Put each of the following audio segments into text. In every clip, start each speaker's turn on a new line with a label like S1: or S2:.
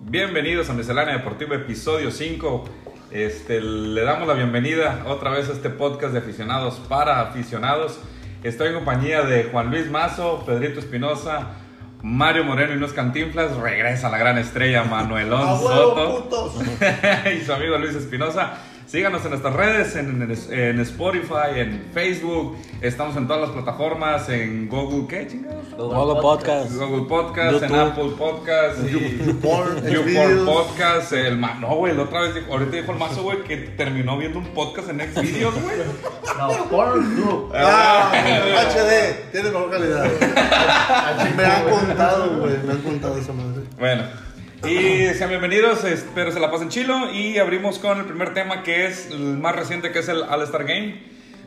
S1: Bienvenidos a Miscelánea Deportiva, episodio 5. Este, le damos la bienvenida otra vez a este podcast de aficionados para aficionados. Estoy en compañía de Juan Luis Mazo, Pedrito Espinosa, Mario Moreno y unos cantinflas. Regresa la gran estrella Manuelón
S2: ¡A Ah, huevo,
S1: Soto
S2: putos!
S1: y su amigo Luis Espinosa. Síganos en nuestras redes, en, en- en Spotify, en Facebook. Estamos en todas las plataformas, en Google, ¿qué chingados?
S3: Google Podcast.
S1: Google Podcast, en
S3: YouTube.
S1: Apple Podcast, y-
S2: YouPorn,
S1: YouPorn
S2: Xvideos.
S1: Podcast, el ma- No, güey, la otra vez dijo, ahorita dijo el mazo, güey, que terminó viendo un podcast en Xvideos, güey.
S4: No, Pornhub.
S2: Ah, HD, tiene mejor calidad. Me han contado, güey, me han contado esa madre.
S1: Bueno. Y sean bienvenidos, espero se la pasen chilo. Y abrimos con el primer tema que es el más reciente, que es el All-Star Game,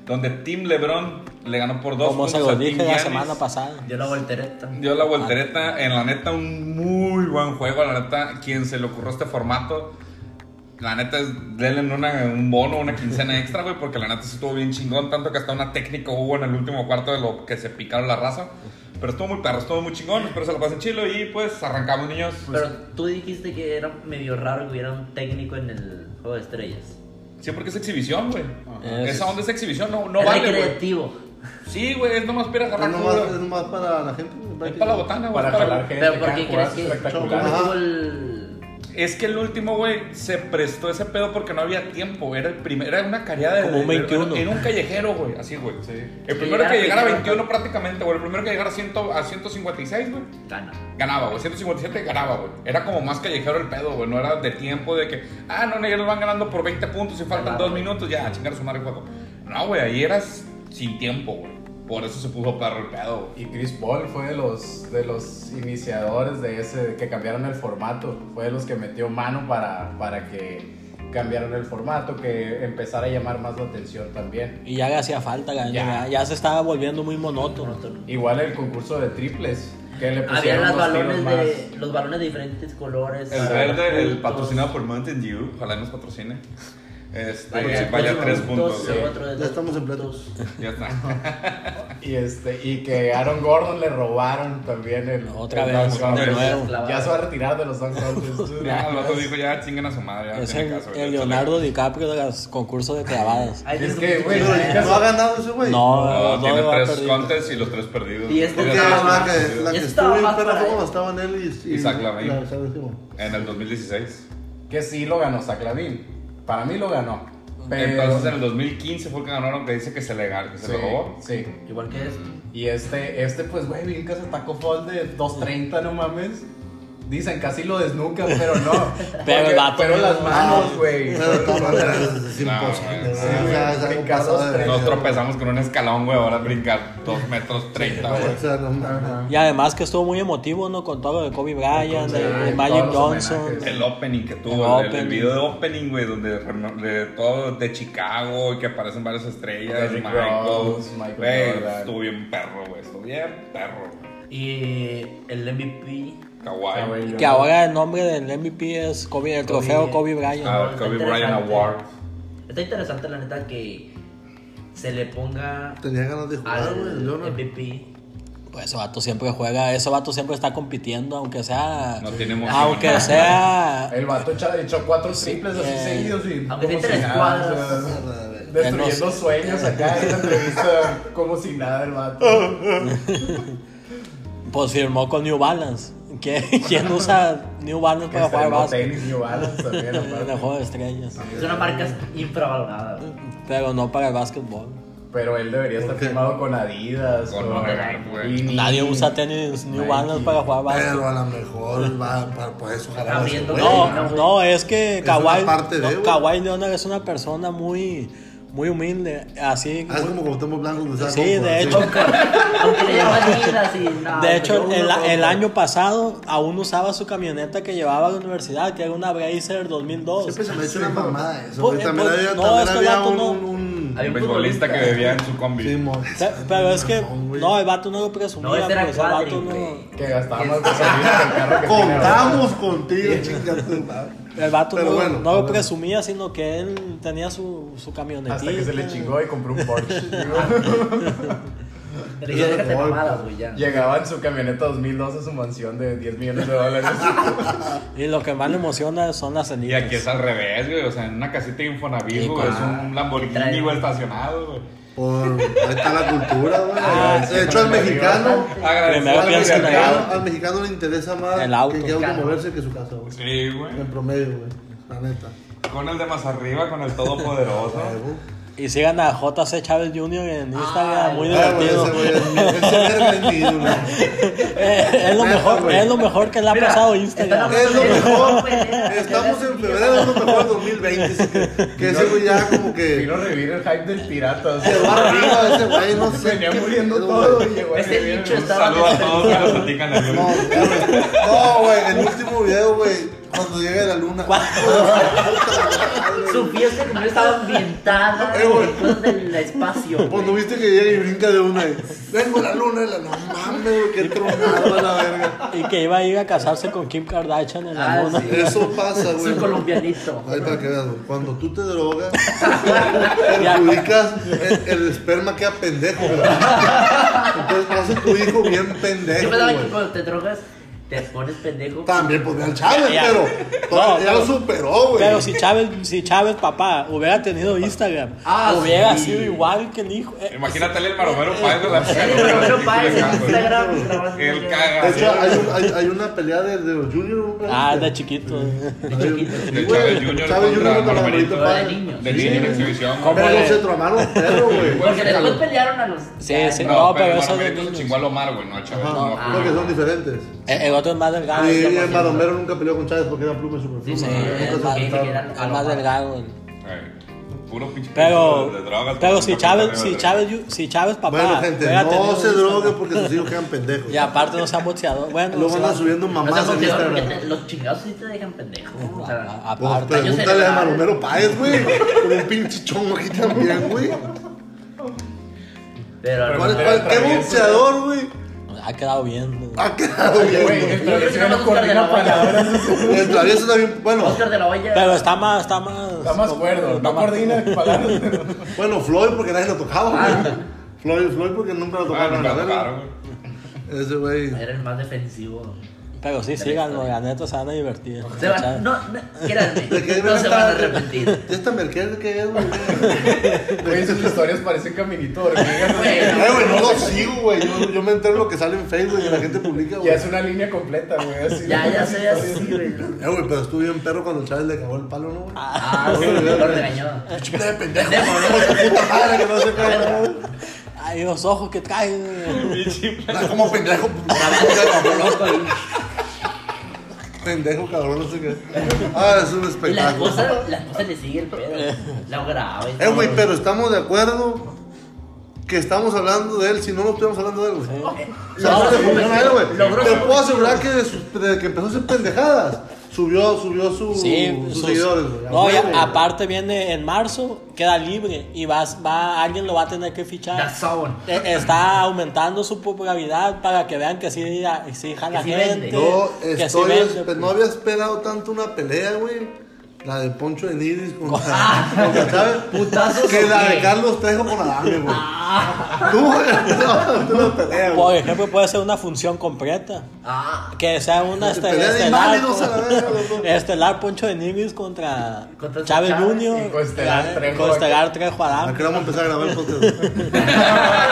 S1: donde Team LeBron le ganó por dos
S3: Como se
S1: puntos a
S3: lo
S1: Team
S3: dije la
S1: Giannis.
S3: semana pasada.
S4: Yo la voltereta.
S1: Dio la voltereta, en la neta, un muy buen juego. La neta, quien se le ocurrió este formato, la neta, es denle una- un bono, una quincena extra, güey, porque la neta sí estuvo bien chingón. Tanto que hasta una técnica hubo en el último cuarto de lo que se picaron la raza. Pero estuvo muy perro, estuvo muy chingón. Espero se lo pasen chilo y pues arrancamos, niños.
S4: Pero tú dijiste que era medio raro que hubiera un técnico en el juego de estrellas.
S1: Sí, porque es exhibición, güey.
S3: Ajá.
S1: Esa onda es exhibición, no, no
S4: es
S1: vale, güey.
S4: recreativo.
S1: Sí, güey, es nomás para
S2: Es
S1: agarrar
S2: nomás,
S1: culo.
S2: es nomás para la gente.
S1: Es para la botana, güey.
S5: Para
S1: es para-
S5: jalar gente.
S4: Pero ¿por qué
S5: cada
S4: crees
S5: jugada
S4: que
S5: espectacular.
S4: cómo
S2: Ajá.
S4: estuvo el-
S1: Es que el último, güey, se prestó ese pedo porque no había tiempo. Era el primero, era una careada de.
S3: Como un
S1: de-
S3: 21.
S1: Era un callejero, güey, así, güey.
S5: Sí.
S1: El primero
S4: Sí,
S1: que
S4: era
S1: llegara a
S4: primero.
S1: 21 prácticamente, güey. El primero que llegara a, 100 a 156, güey,
S4: Gana.
S1: ganaba, güey. 157 ganaba, güey. Era como más callejero el pedo, güey. No era de tiempo de que, ah, no, no, ya nos van ganando por 20 puntos y faltan
S4: Claro.
S1: dos minutos, ya, a chingar a su madre el juego. No, güey, ahí eras sin tiempo, güey. Por eso se puso perro el pedo, güey.
S5: Y Chris Paul fue de los, de los iniciadores de ese, que cambiaron el formato. Fue de los que metió mano para, para que cambiaron el formato, que empezara a llamar más la atención también.
S3: Y ya le hacía falta la
S5: Ya.
S3: NBA. Ya se estaba volviendo muy monótono.
S5: Igual el concurso de triples, que le
S4: Había
S5: pusieron
S4: los
S5: los
S4: balones, de, los balones de diferentes colores.
S1: El
S4: Ah,
S1: verde, el
S4: puntos.
S1: patrocinado por Mountain Dew, ojalá nos patrocine. Este,
S4: Con cinco
S1: vaya
S4: puntos,
S1: tres puntos.
S4: dos,
S1: güey.
S4: otro de
S2: Ya
S4: dos
S2: estamos en
S4: puntos.
S1: Ya está.
S5: Y, este, y que Aaron Gordon le robaron también el.
S3: Otra
S5: el
S3: vez, de
S5: dunk contest.
S3: nuevo.
S5: Ya se va a retirar de los dunk contests.
S1: Ya, el vato dijo, ya chinguen a su madre. Ya no
S3: Es
S1: tiene
S3: el,
S1: caso, güey,
S3: el
S1: échale.
S3: Leonardo DiCaprio de los concursos de clavadas.
S4: Ahí
S5: Es
S4: tienes
S5: que,
S4: un-
S5: güey,
S2: Pero, ¿y ¿No ha ganado ese güey?
S3: No,
S1: No,
S3: no,
S1: tiene
S3: lo va a
S1: tres
S3: perder.
S1: contes y los tres perdidos.
S4: Y este
S2: Porque
S1: Tiene
S4: que-
S1: tres
S2: la que,
S1: perdidos.
S2: la que
S4: Ese estaba
S2: estuvo bien
S4: más
S2: perra
S4: para
S2: fue cuando estaban
S4: él.
S2: él y...
S1: Y Zach Lavin.
S2: la- ¿sabes cómo?
S1: En el 2016.
S5: Que sí lo ganó Saclavín. Para mí lo ganó. Pero...
S1: Entonces en el 2015 fue el que ganaron que dice que se le, gan- que se
S5: sí,
S1: lo robó.
S5: sí.
S4: Igual que es.
S5: Y este, este pues, güey, bien que se atacó foul de 230, no mames. Dicen, casi lo desnuca, pero no.
S3: Pero el
S5: Porque
S3: vato-
S5: Fueron las manos, güey.
S2: Pero de
S5: Fueron
S2: todas
S5: las
S2: maneras,
S5: manos.
S2: es
S1: No,
S2: imposible.
S1: güey, sí,
S2: güey. O sea,
S5: güey,
S2: es algo
S5: casos
S2: pasado de
S5: tres.
S1: Nos
S2: verga.
S1: tropezamos con un escalón, güey, ahora brincar 2 metros 30, güey.
S2: O sea, no mames.
S3: Y además que estuvo muy emotivo, ¿no? Con todo lo de Kobe Bryant,
S5: Sí,
S3: de, de
S5: todos
S3: Magic
S5: los
S3: Johnson.
S5: homenajes.
S1: El opening que tuvo,
S3: El
S1: el, el
S3: opening.
S1: video de opening, güey, donde reno- de todo de Chicago y que aparecen varias estrellas,
S5: Derrick
S1: Michael,
S5: Rose, Michael
S1: güey,
S5: Jordan.
S1: estuvo bien perro, güey, estuvo bien perro,
S4: Y el MVP.
S1: Kawaii.
S5: Kawhi.
S3: Que ahora el nombre del MVP es Kobe, el trofeo Kobe Bryant.
S1: Ah,
S4: está
S1: Kobe Bryant
S4: interesante.
S1: Award.
S4: Está interesante, la neta, que se le ponga
S2: Tenía ganas de jugar, güey,
S4: al
S2: Leonard.
S4: MVP.
S3: Pues ese vato siempre juega, ese vato siempre está compitiendo, aunque sea.
S1: No tiene emoción.
S3: aunque Ah, sea.
S5: El vato echa- echó cuatro triples así
S3: Eh,
S5: seguidos y
S4: aunque
S5: como
S4: sí tres
S5: si nada,
S4: cuadros.
S5: o sea,
S2: A ver.
S5: destruyendo
S3: Menos-
S5: sueños acá en la entrevista como si nada el vato. Este,
S3: Pues firmó con New Balance. ¿Quién, quién usa New Balance
S5: Que
S3: para jugar
S5: estrenó
S3: básquet?
S5: tenis New Balance también,
S3: En el
S5: aparte.
S3: juego de estrellas.
S4: Es una marca infravalorada. güey.
S3: Pero no para el básquetbol.
S5: Pero él debería estar firmado con Adidas.
S1: Con Nike, güey.
S5: Nike.
S3: Nadie usa tenis New
S5: Nike.
S3: Balance para jugar
S2: Pero
S3: básquet.
S2: a lo mejor va para, para eso jalar a ese
S4: Abriendo
S2: güey.
S4: Pero-
S3: No, no, es que
S2: Es
S3: Kawhi,
S2: una parte de,
S3: no,
S2: güey.
S3: Kawhi Leonard es una persona muy, muy humilde. Así,
S2: Ah, es como cuando estamos blancos. pues, o sea,
S3: Sí,
S2: como-
S3: de hecho.
S4: Aunque le llaman Adidas y nada.
S3: de hecho,
S4: pero
S3: el,
S4: uno
S3: el
S4: no-
S3: año pasado aún usaba su camioneta que llevaba a la universidad, que era una Blazer 2002.
S2: Siempre se me ha hecho una mamada eso.
S3: Pues,
S2: güey.
S3: eh,
S2: también
S3: pues,
S2: había,
S3: no,
S2: también
S3: es que el
S2: había
S3: vato
S2: un,
S3: no-
S2: un, un-
S4: Había
S1: Un
S4: un
S1: beisbolista que
S4: futbolista.
S1: bebía en su combi.
S2: Sí, mo-
S3: Pe- Pero es que,
S2: mamón, güey.
S3: no, el vato no lo presumía.
S4: No, ese era
S3: pues, el vato
S4: cuadri,
S3: no-
S4: güey.
S5: Que gastaba más gasolina que el carro que tiene ahora.
S2: Contamos contigo, chinga tu madre.
S3: El vato
S2: Pero
S3: no,
S2: bueno,
S3: no lo
S2: bueno.
S3: presumía, sino que él tenía su, su camionetita.
S5: Hasta que se le chingó y compró un Porsche.
S4: Pero ya déjate
S5: Golpe.
S4: mamadas, güey, ya.
S5: Llegaba en su camioneta 2002 a su mansión de 10 millones de dólares.
S3: Y lo que más le emociona son las
S1: Y
S3: cenizas.
S1: aquí es al revés, güey. O sea, en una casita de Infonavit,
S3: Sí,
S1: güey. Es
S4: con-
S1: un Lamborghini,
S4: trae-
S1: güey, estacionado, güey.
S2: Por, ahí está la cultura, güey.
S3: Ah,
S2: de hecho, al
S5: sí,
S2: mexicano,
S1: Agradecer
S3: Primero
S1: al
S3: piensa en el
S1: mercado.
S3: auto.
S2: al mexicano le interesa más
S3: El auto.
S2: que, que auto
S4: Carro.
S2: moverse que su casa, güey.
S1: Sí, güey.
S2: En promedio, güey. La neta.
S1: Con el de más arriba, con el
S3: Ah.
S1: todopoderoso.
S2: Huevo.
S3: Y sigan a JC Chávez Jr. en Instagram,
S4: Ay,
S3: muy
S2: Ah, güey,
S3: divertido.
S2: ese güey es- ese verga es mi ídolo.
S3: Eh, es, lo
S2: Neta,
S3: mejor,
S2: güey.
S3: es lo mejor que le ha
S4: Mira,
S3: pasado
S4: están
S3: Instagram.
S4: hablando-
S2: Es lo mejor.
S4: Güey, neta,
S2: Estamos en febrero, es lo mejor 2020. así que, que ese güey ya como que
S5: Vino a revivir el hype del pirata. o sea,
S2: se va arriba ese güey, no sé.
S5: venía
S2: qué
S5: muriendo
S2: pedo,
S5: todo
S2: güey.
S5: y llegó a
S4: Ese
S5: revivir
S4: bicho
S5: el-
S1: Un
S4: Estaba
S1: saludo a todos que nos platican la
S2: No,
S1: luz.
S2: no, güey, el último video, güey, cuando llega la luna.
S4: Su fiesta como estaba ambientada
S2: Eh, güey.
S4: con cosas del espacio.
S2: Cuando
S4: güey.
S2: viste que llega y brinca de una, y, vengo la luna, y la no mames, güey, qué tronada la verga.
S3: Y que iba a ir a casarse con Kim Kardashian en la
S4: Ah,
S3: luna.
S4: sí.
S2: Eso pasa,
S4: Su
S2: güey.
S4: colombianito.
S2: Ahí para que veas, güey, cuando tú te drogas,
S3: Ya.
S2: perjudicas el, el esperma queda pendejo, güey. Entonces hace tu hijo bien
S4: Yo
S2: pendejo,
S4: pensaba que
S2: güey.
S4: cuando te drogas te pones pendejo.
S2: También, pues, al Chávez,
S3: Ya.
S2: pero
S3: No,
S2: ya lo
S3: pero-
S2: superó, güey.
S3: Pero si Chávez, si Chávez papá hubiera tenido Instagram,
S4: Ah,
S3: hubiera
S4: sí.
S3: sido igual que el hijo. eh,
S1: Imagínatele el maromero Páez de la época de
S4: El
S1: los
S4: número
S1: Paez,
S4: Páez en
S1: güey.
S4: Instagram. grabando
S1: El
S4: videos.
S1: caga.
S2: De hecho, hay, un- hay- hay una pelea de, de los juniors, güey.
S3: ah, de chiquito.
S4: De chiquito.
S1: De
S2: güey,
S1: Chávez Junior
S2: Chávez
S1: contra
S2: Junior contra
S1: Margarito.
S4: Pero de
S2: Páez.
S4: niño.
S1: De niño en exhibición. güey.
S3: ¿Cómo?
S2: Pero
S3: de-
S2: se tromaron perro, güey.
S4: Porque después
S2: Chécalo.
S4: pelearon a los.
S3: Sí,
S4: Ya,
S3: sí.
S4: no.
S1: No,
S3: No,
S1: pero
S3: pero eso de
S1: Margarito se
S3: niños.
S1: chingó a Lomar, güey, no a Chávez.
S2: Ajá,
S1: no,
S4: Ah.
S2: Porque son diferentes.
S3: Eh, El otro es más delgado.
S2: Y, y
S3: ya
S2: el
S3: pasó.
S2: maromero nunca peleó con Chávez porque era pluma y superpluma.
S4: Sí, sí,
S2: Nunca se
S4: es más-
S2: enfrentaron.
S4: que eran-
S3: Al más delgado. güey.
S1: Ay, Puro pinche
S3: Pero,
S1: pinche de drogas,
S3: pero
S1: güey,
S3: si
S1: nunca me
S3: Chávez,
S1: acabé
S3: si
S1: de-
S3: Chávez, si Chávez papá.
S2: Bueno, gente,
S3: hubiera
S2: no
S3: tenido
S2: se
S3: Instagram.
S2: droguen porque sus hijos quedan pendejos.
S3: Y aparte no se han boxeado. Bueno,
S2: Luego
S3: se
S2: andan
S3: va-
S2: subiendo
S4: O sea,
S2: mamás en
S4: porque porque
S2: Instagram.
S4: te- los chingados sí te dejan pendejo. O
S3: a- a-
S4: sea,
S2: Pues
S3: Aparte.
S2: pregúntale a Maromero Páez, güey. Con un pinche chongo aquí también, güey.
S4: pero.
S2: ¿Cuál, cuál, ¿Qué boxeador, güey?
S3: Ha quedado bien. güey.
S2: Ha quedado
S5: Oye, güey,
S2: bien.
S5: el
S4: Yo creo que no
S5: travieso
S4: nos
S5: coordina
S4: cargan la
S5: palabras.
S2: güey. El travieso también. Bueno,
S4: Oscar de la Hoya.
S3: Pero está más, está más.
S5: Está más cuerdo, no coordina palabras. pero-
S2: bueno, Floyd porque nadie lo tocaba,
S4: Ah.
S2: güey. Floyd, Floyd porque nunca lo
S1: Ah,
S2: tocaron en
S1: nunca
S2: la
S1: tocaron,
S2: verga.
S1: güey.
S2: Ese güey.
S4: Era el más defensivo.
S3: Pero sí, síganlo, la neta se van a divertir.
S4: Se van,
S3: Chávez.
S4: no, no, créanme,
S2: ¿De qué
S4: no se
S2: está-
S4: van a arrepentir.
S2: ¿De esta merquera qué es, güey?
S5: Güey, sus historias parecen caminito de hormigas, güey.
S2: Ay, Eh, güey, no lo sigo, güey. Yo, yo me entero en lo que sale en Facebook y la gente publica, güey.
S5: Ya es una línea completa, güey. así.
S4: Ya, ya sé, así, güey.
S2: Eh, güey, pero estuve bien perro cuando el Chávez le cagó el palo, ¿no, güey?
S4: Ah, sí, lo regañó.
S2: Pinche de pendejo, güey, tu puta madre que no se cae,
S3: Ay, los ojos que caen. güey.
S2: ¿no? Como pendejo,
S4: Loco,
S2: pendejo, cabrón, no sé qué. Ah, es un
S4: y- Y la
S2: espectáculo.
S4: esposa, la esposa le sigue el pedo. La graba. y
S2: Eh,
S4: todo.
S2: güey, pero estamos de acuerdo que estamos hablando de él, si no, no estuviéramos hablando de él, güey. O sea,
S4: Eh, Logró
S2: no le
S4: su
S2: funciona a él,
S4: cometido,
S2: güey.
S4: logró
S2: Te
S4: su-
S2: puedo asegurar que desde que empezó a hacer pendejadas, subió, subió su,
S3: Sí,
S2: sus,
S3: sus-
S2: seguidores, güey. a
S3: No, y
S2: huevo, güey.
S3: aparte viene en marzo, queda libre y vas, va, alguien lo va a tener que fichar.
S4: That's all.
S3: E- Está aumentando su popularidad para que vean que sí, sí jala
S4: Que sí
S3: gente.
S4: vende.
S2: Yo
S3: Este, que sí
S2: estoy,
S3: vende,
S2: espe- no había esperado tanto una pelea, güey. La de Poncho de Nidis contra, contra Chávez.
S4: ¿Putazos
S2: Que
S4: o
S2: la
S4: qué?
S2: de Carlos Trejo con Adame, güey. Tú, güey, no, una pelea,
S3: Por
S2: güey.
S3: ejemplo, puede ser una función completa.
S4: Ah,
S3: Que sea una este,
S2: pelea de
S3: estelar,
S2: inválidos a la verga, los dos.
S3: estelar Poncho de Nigris contra,
S4: Contra
S3: Chávez
S4: Chávez.
S3: Junior.
S5: Y con Estelar
S3: eh,
S5: Trejo
S3: con
S5: acá.
S3: Estelar Trejo
S2: ¿A
S3: Adame.
S2: qué hora vamos a empezar a grabar el podcast?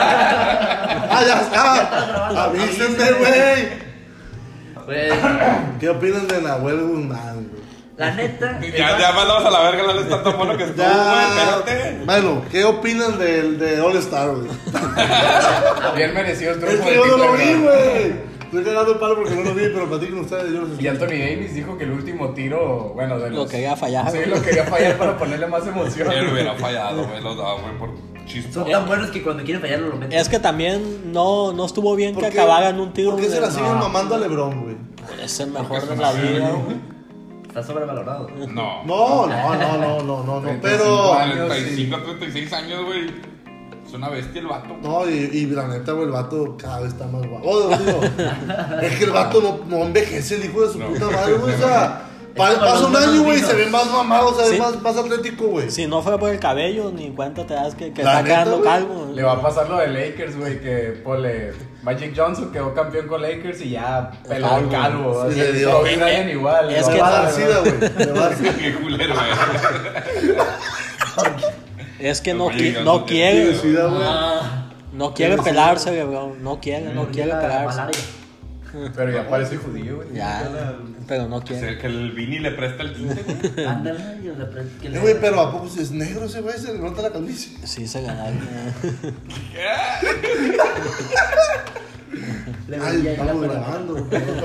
S2: ¡Ah, ya está! ¡Avísenme, güey!
S4: pues.
S2: ¿Qué opinan de Nahuel Guzmán, güey?
S4: La neta.
S1: Ya, ya mandamos a la verga, no le está tan bueno que estuvo,
S2: Ya.
S1: güey, espérate.
S2: Bueno, ¿qué opinan del de All Star, güey?
S5: Bien merecido el
S2: Es
S5: triunfo
S2: que
S5: de
S2: yo no lo vi,
S5: TikTok, ¿no?
S2: güey. Estoy cagando el palo porque no lo vi, pero platiquen ustedes, yo los
S5: Y
S2: escucho.
S5: Anthony Davis dijo que el último tiro, bueno, de
S3: Lo
S5: Ah, los-
S3: quería fallar.
S5: Sí, lo quería fallar para ponerle más emoción.
S1: Él hubiera fallado, güey, los dos, güey, por chiste.
S4: Son tan buenos que cuando quieren fallarlo lo meten.
S3: Es que también no, no estuvo bien que
S2: ¿Por qué-
S3: acabaran un tiro.
S2: ¿Por qué se la
S3: de-
S2: siguen mamando a Lebron, güey?
S3: Es el mejor
S1: Porque
S3: de
S1: es
S3: la
S1: una
S3: vida.
S1: verga,
S3: güey.
S4: Está sobrevalorado.
S1: No.
S2: No, no, no, no, no, no, no,
S5: 35
S2: pero...
S5: años.
S1: 35 a 36 años, güey. Es una bestia el vato.
S2: No, y, y la neta, güey, el vato cada vez está más guapo. Oh, digo, es que el vato no, no envejece el hijo de su
S1: No.
S2: puta madre, güey. O sea, Pa-
S4: como
S2: Pasa
S4: los
S2: un año, güey, y
S4: monos
S2: se ve
S4: vinos.
S2: más mamado, se ve
S3: Sí.
S2: más, más atlético, güey.
S3: Si no fuera por el cabello, ni en cuenta te das que, que
S2: La
S3: está
S2: neta,
S3: quedando
S2: güey.
S3: calvo.
S5: Le va a pasar lo de Lakers, güey, que ponle Magic Johnson quedó campeón con Lakers y ya peló el calvo.
S2: Sí,
S5: así,
S2: le dio.
S5: Kobe Bryant igual.
S3: Es
S5: ¿no?
S2: Le
S3: que
S2: va a
S3: no,
S2: dar sida, güey. Le va a dar sida.
S1: Qué culero, güey.
S3: Es que no,
S1: Oye,
S3: qui-
S1: yo
S3: no
S1: no te-
S3: quiere.
S1: Sí, sí.
S2: Sida, güey.
S4: Ah,
S3: No quiere pelarse, cabrón. No quiere, no quiere
S4: la
S3: pelarse.
S4: malaria.
S5: Pero ya parece judío, güey.
S3: Ya, pero no
S1: O
S3: quiere.
S1: sea, Que el Vini le presta el tinte, güey.
S4: Ándale, yo le pre- que
S2: Eh,
S4: le-
S2: güey, pero ¿a poco si es negro ese güey? Se le nota la calvicie.
S3: Sí, se ganaron.
S4: le
S2: Ay,
S4: vendía ahí la
S2: estamos
S4: pelota.
S2: grabando.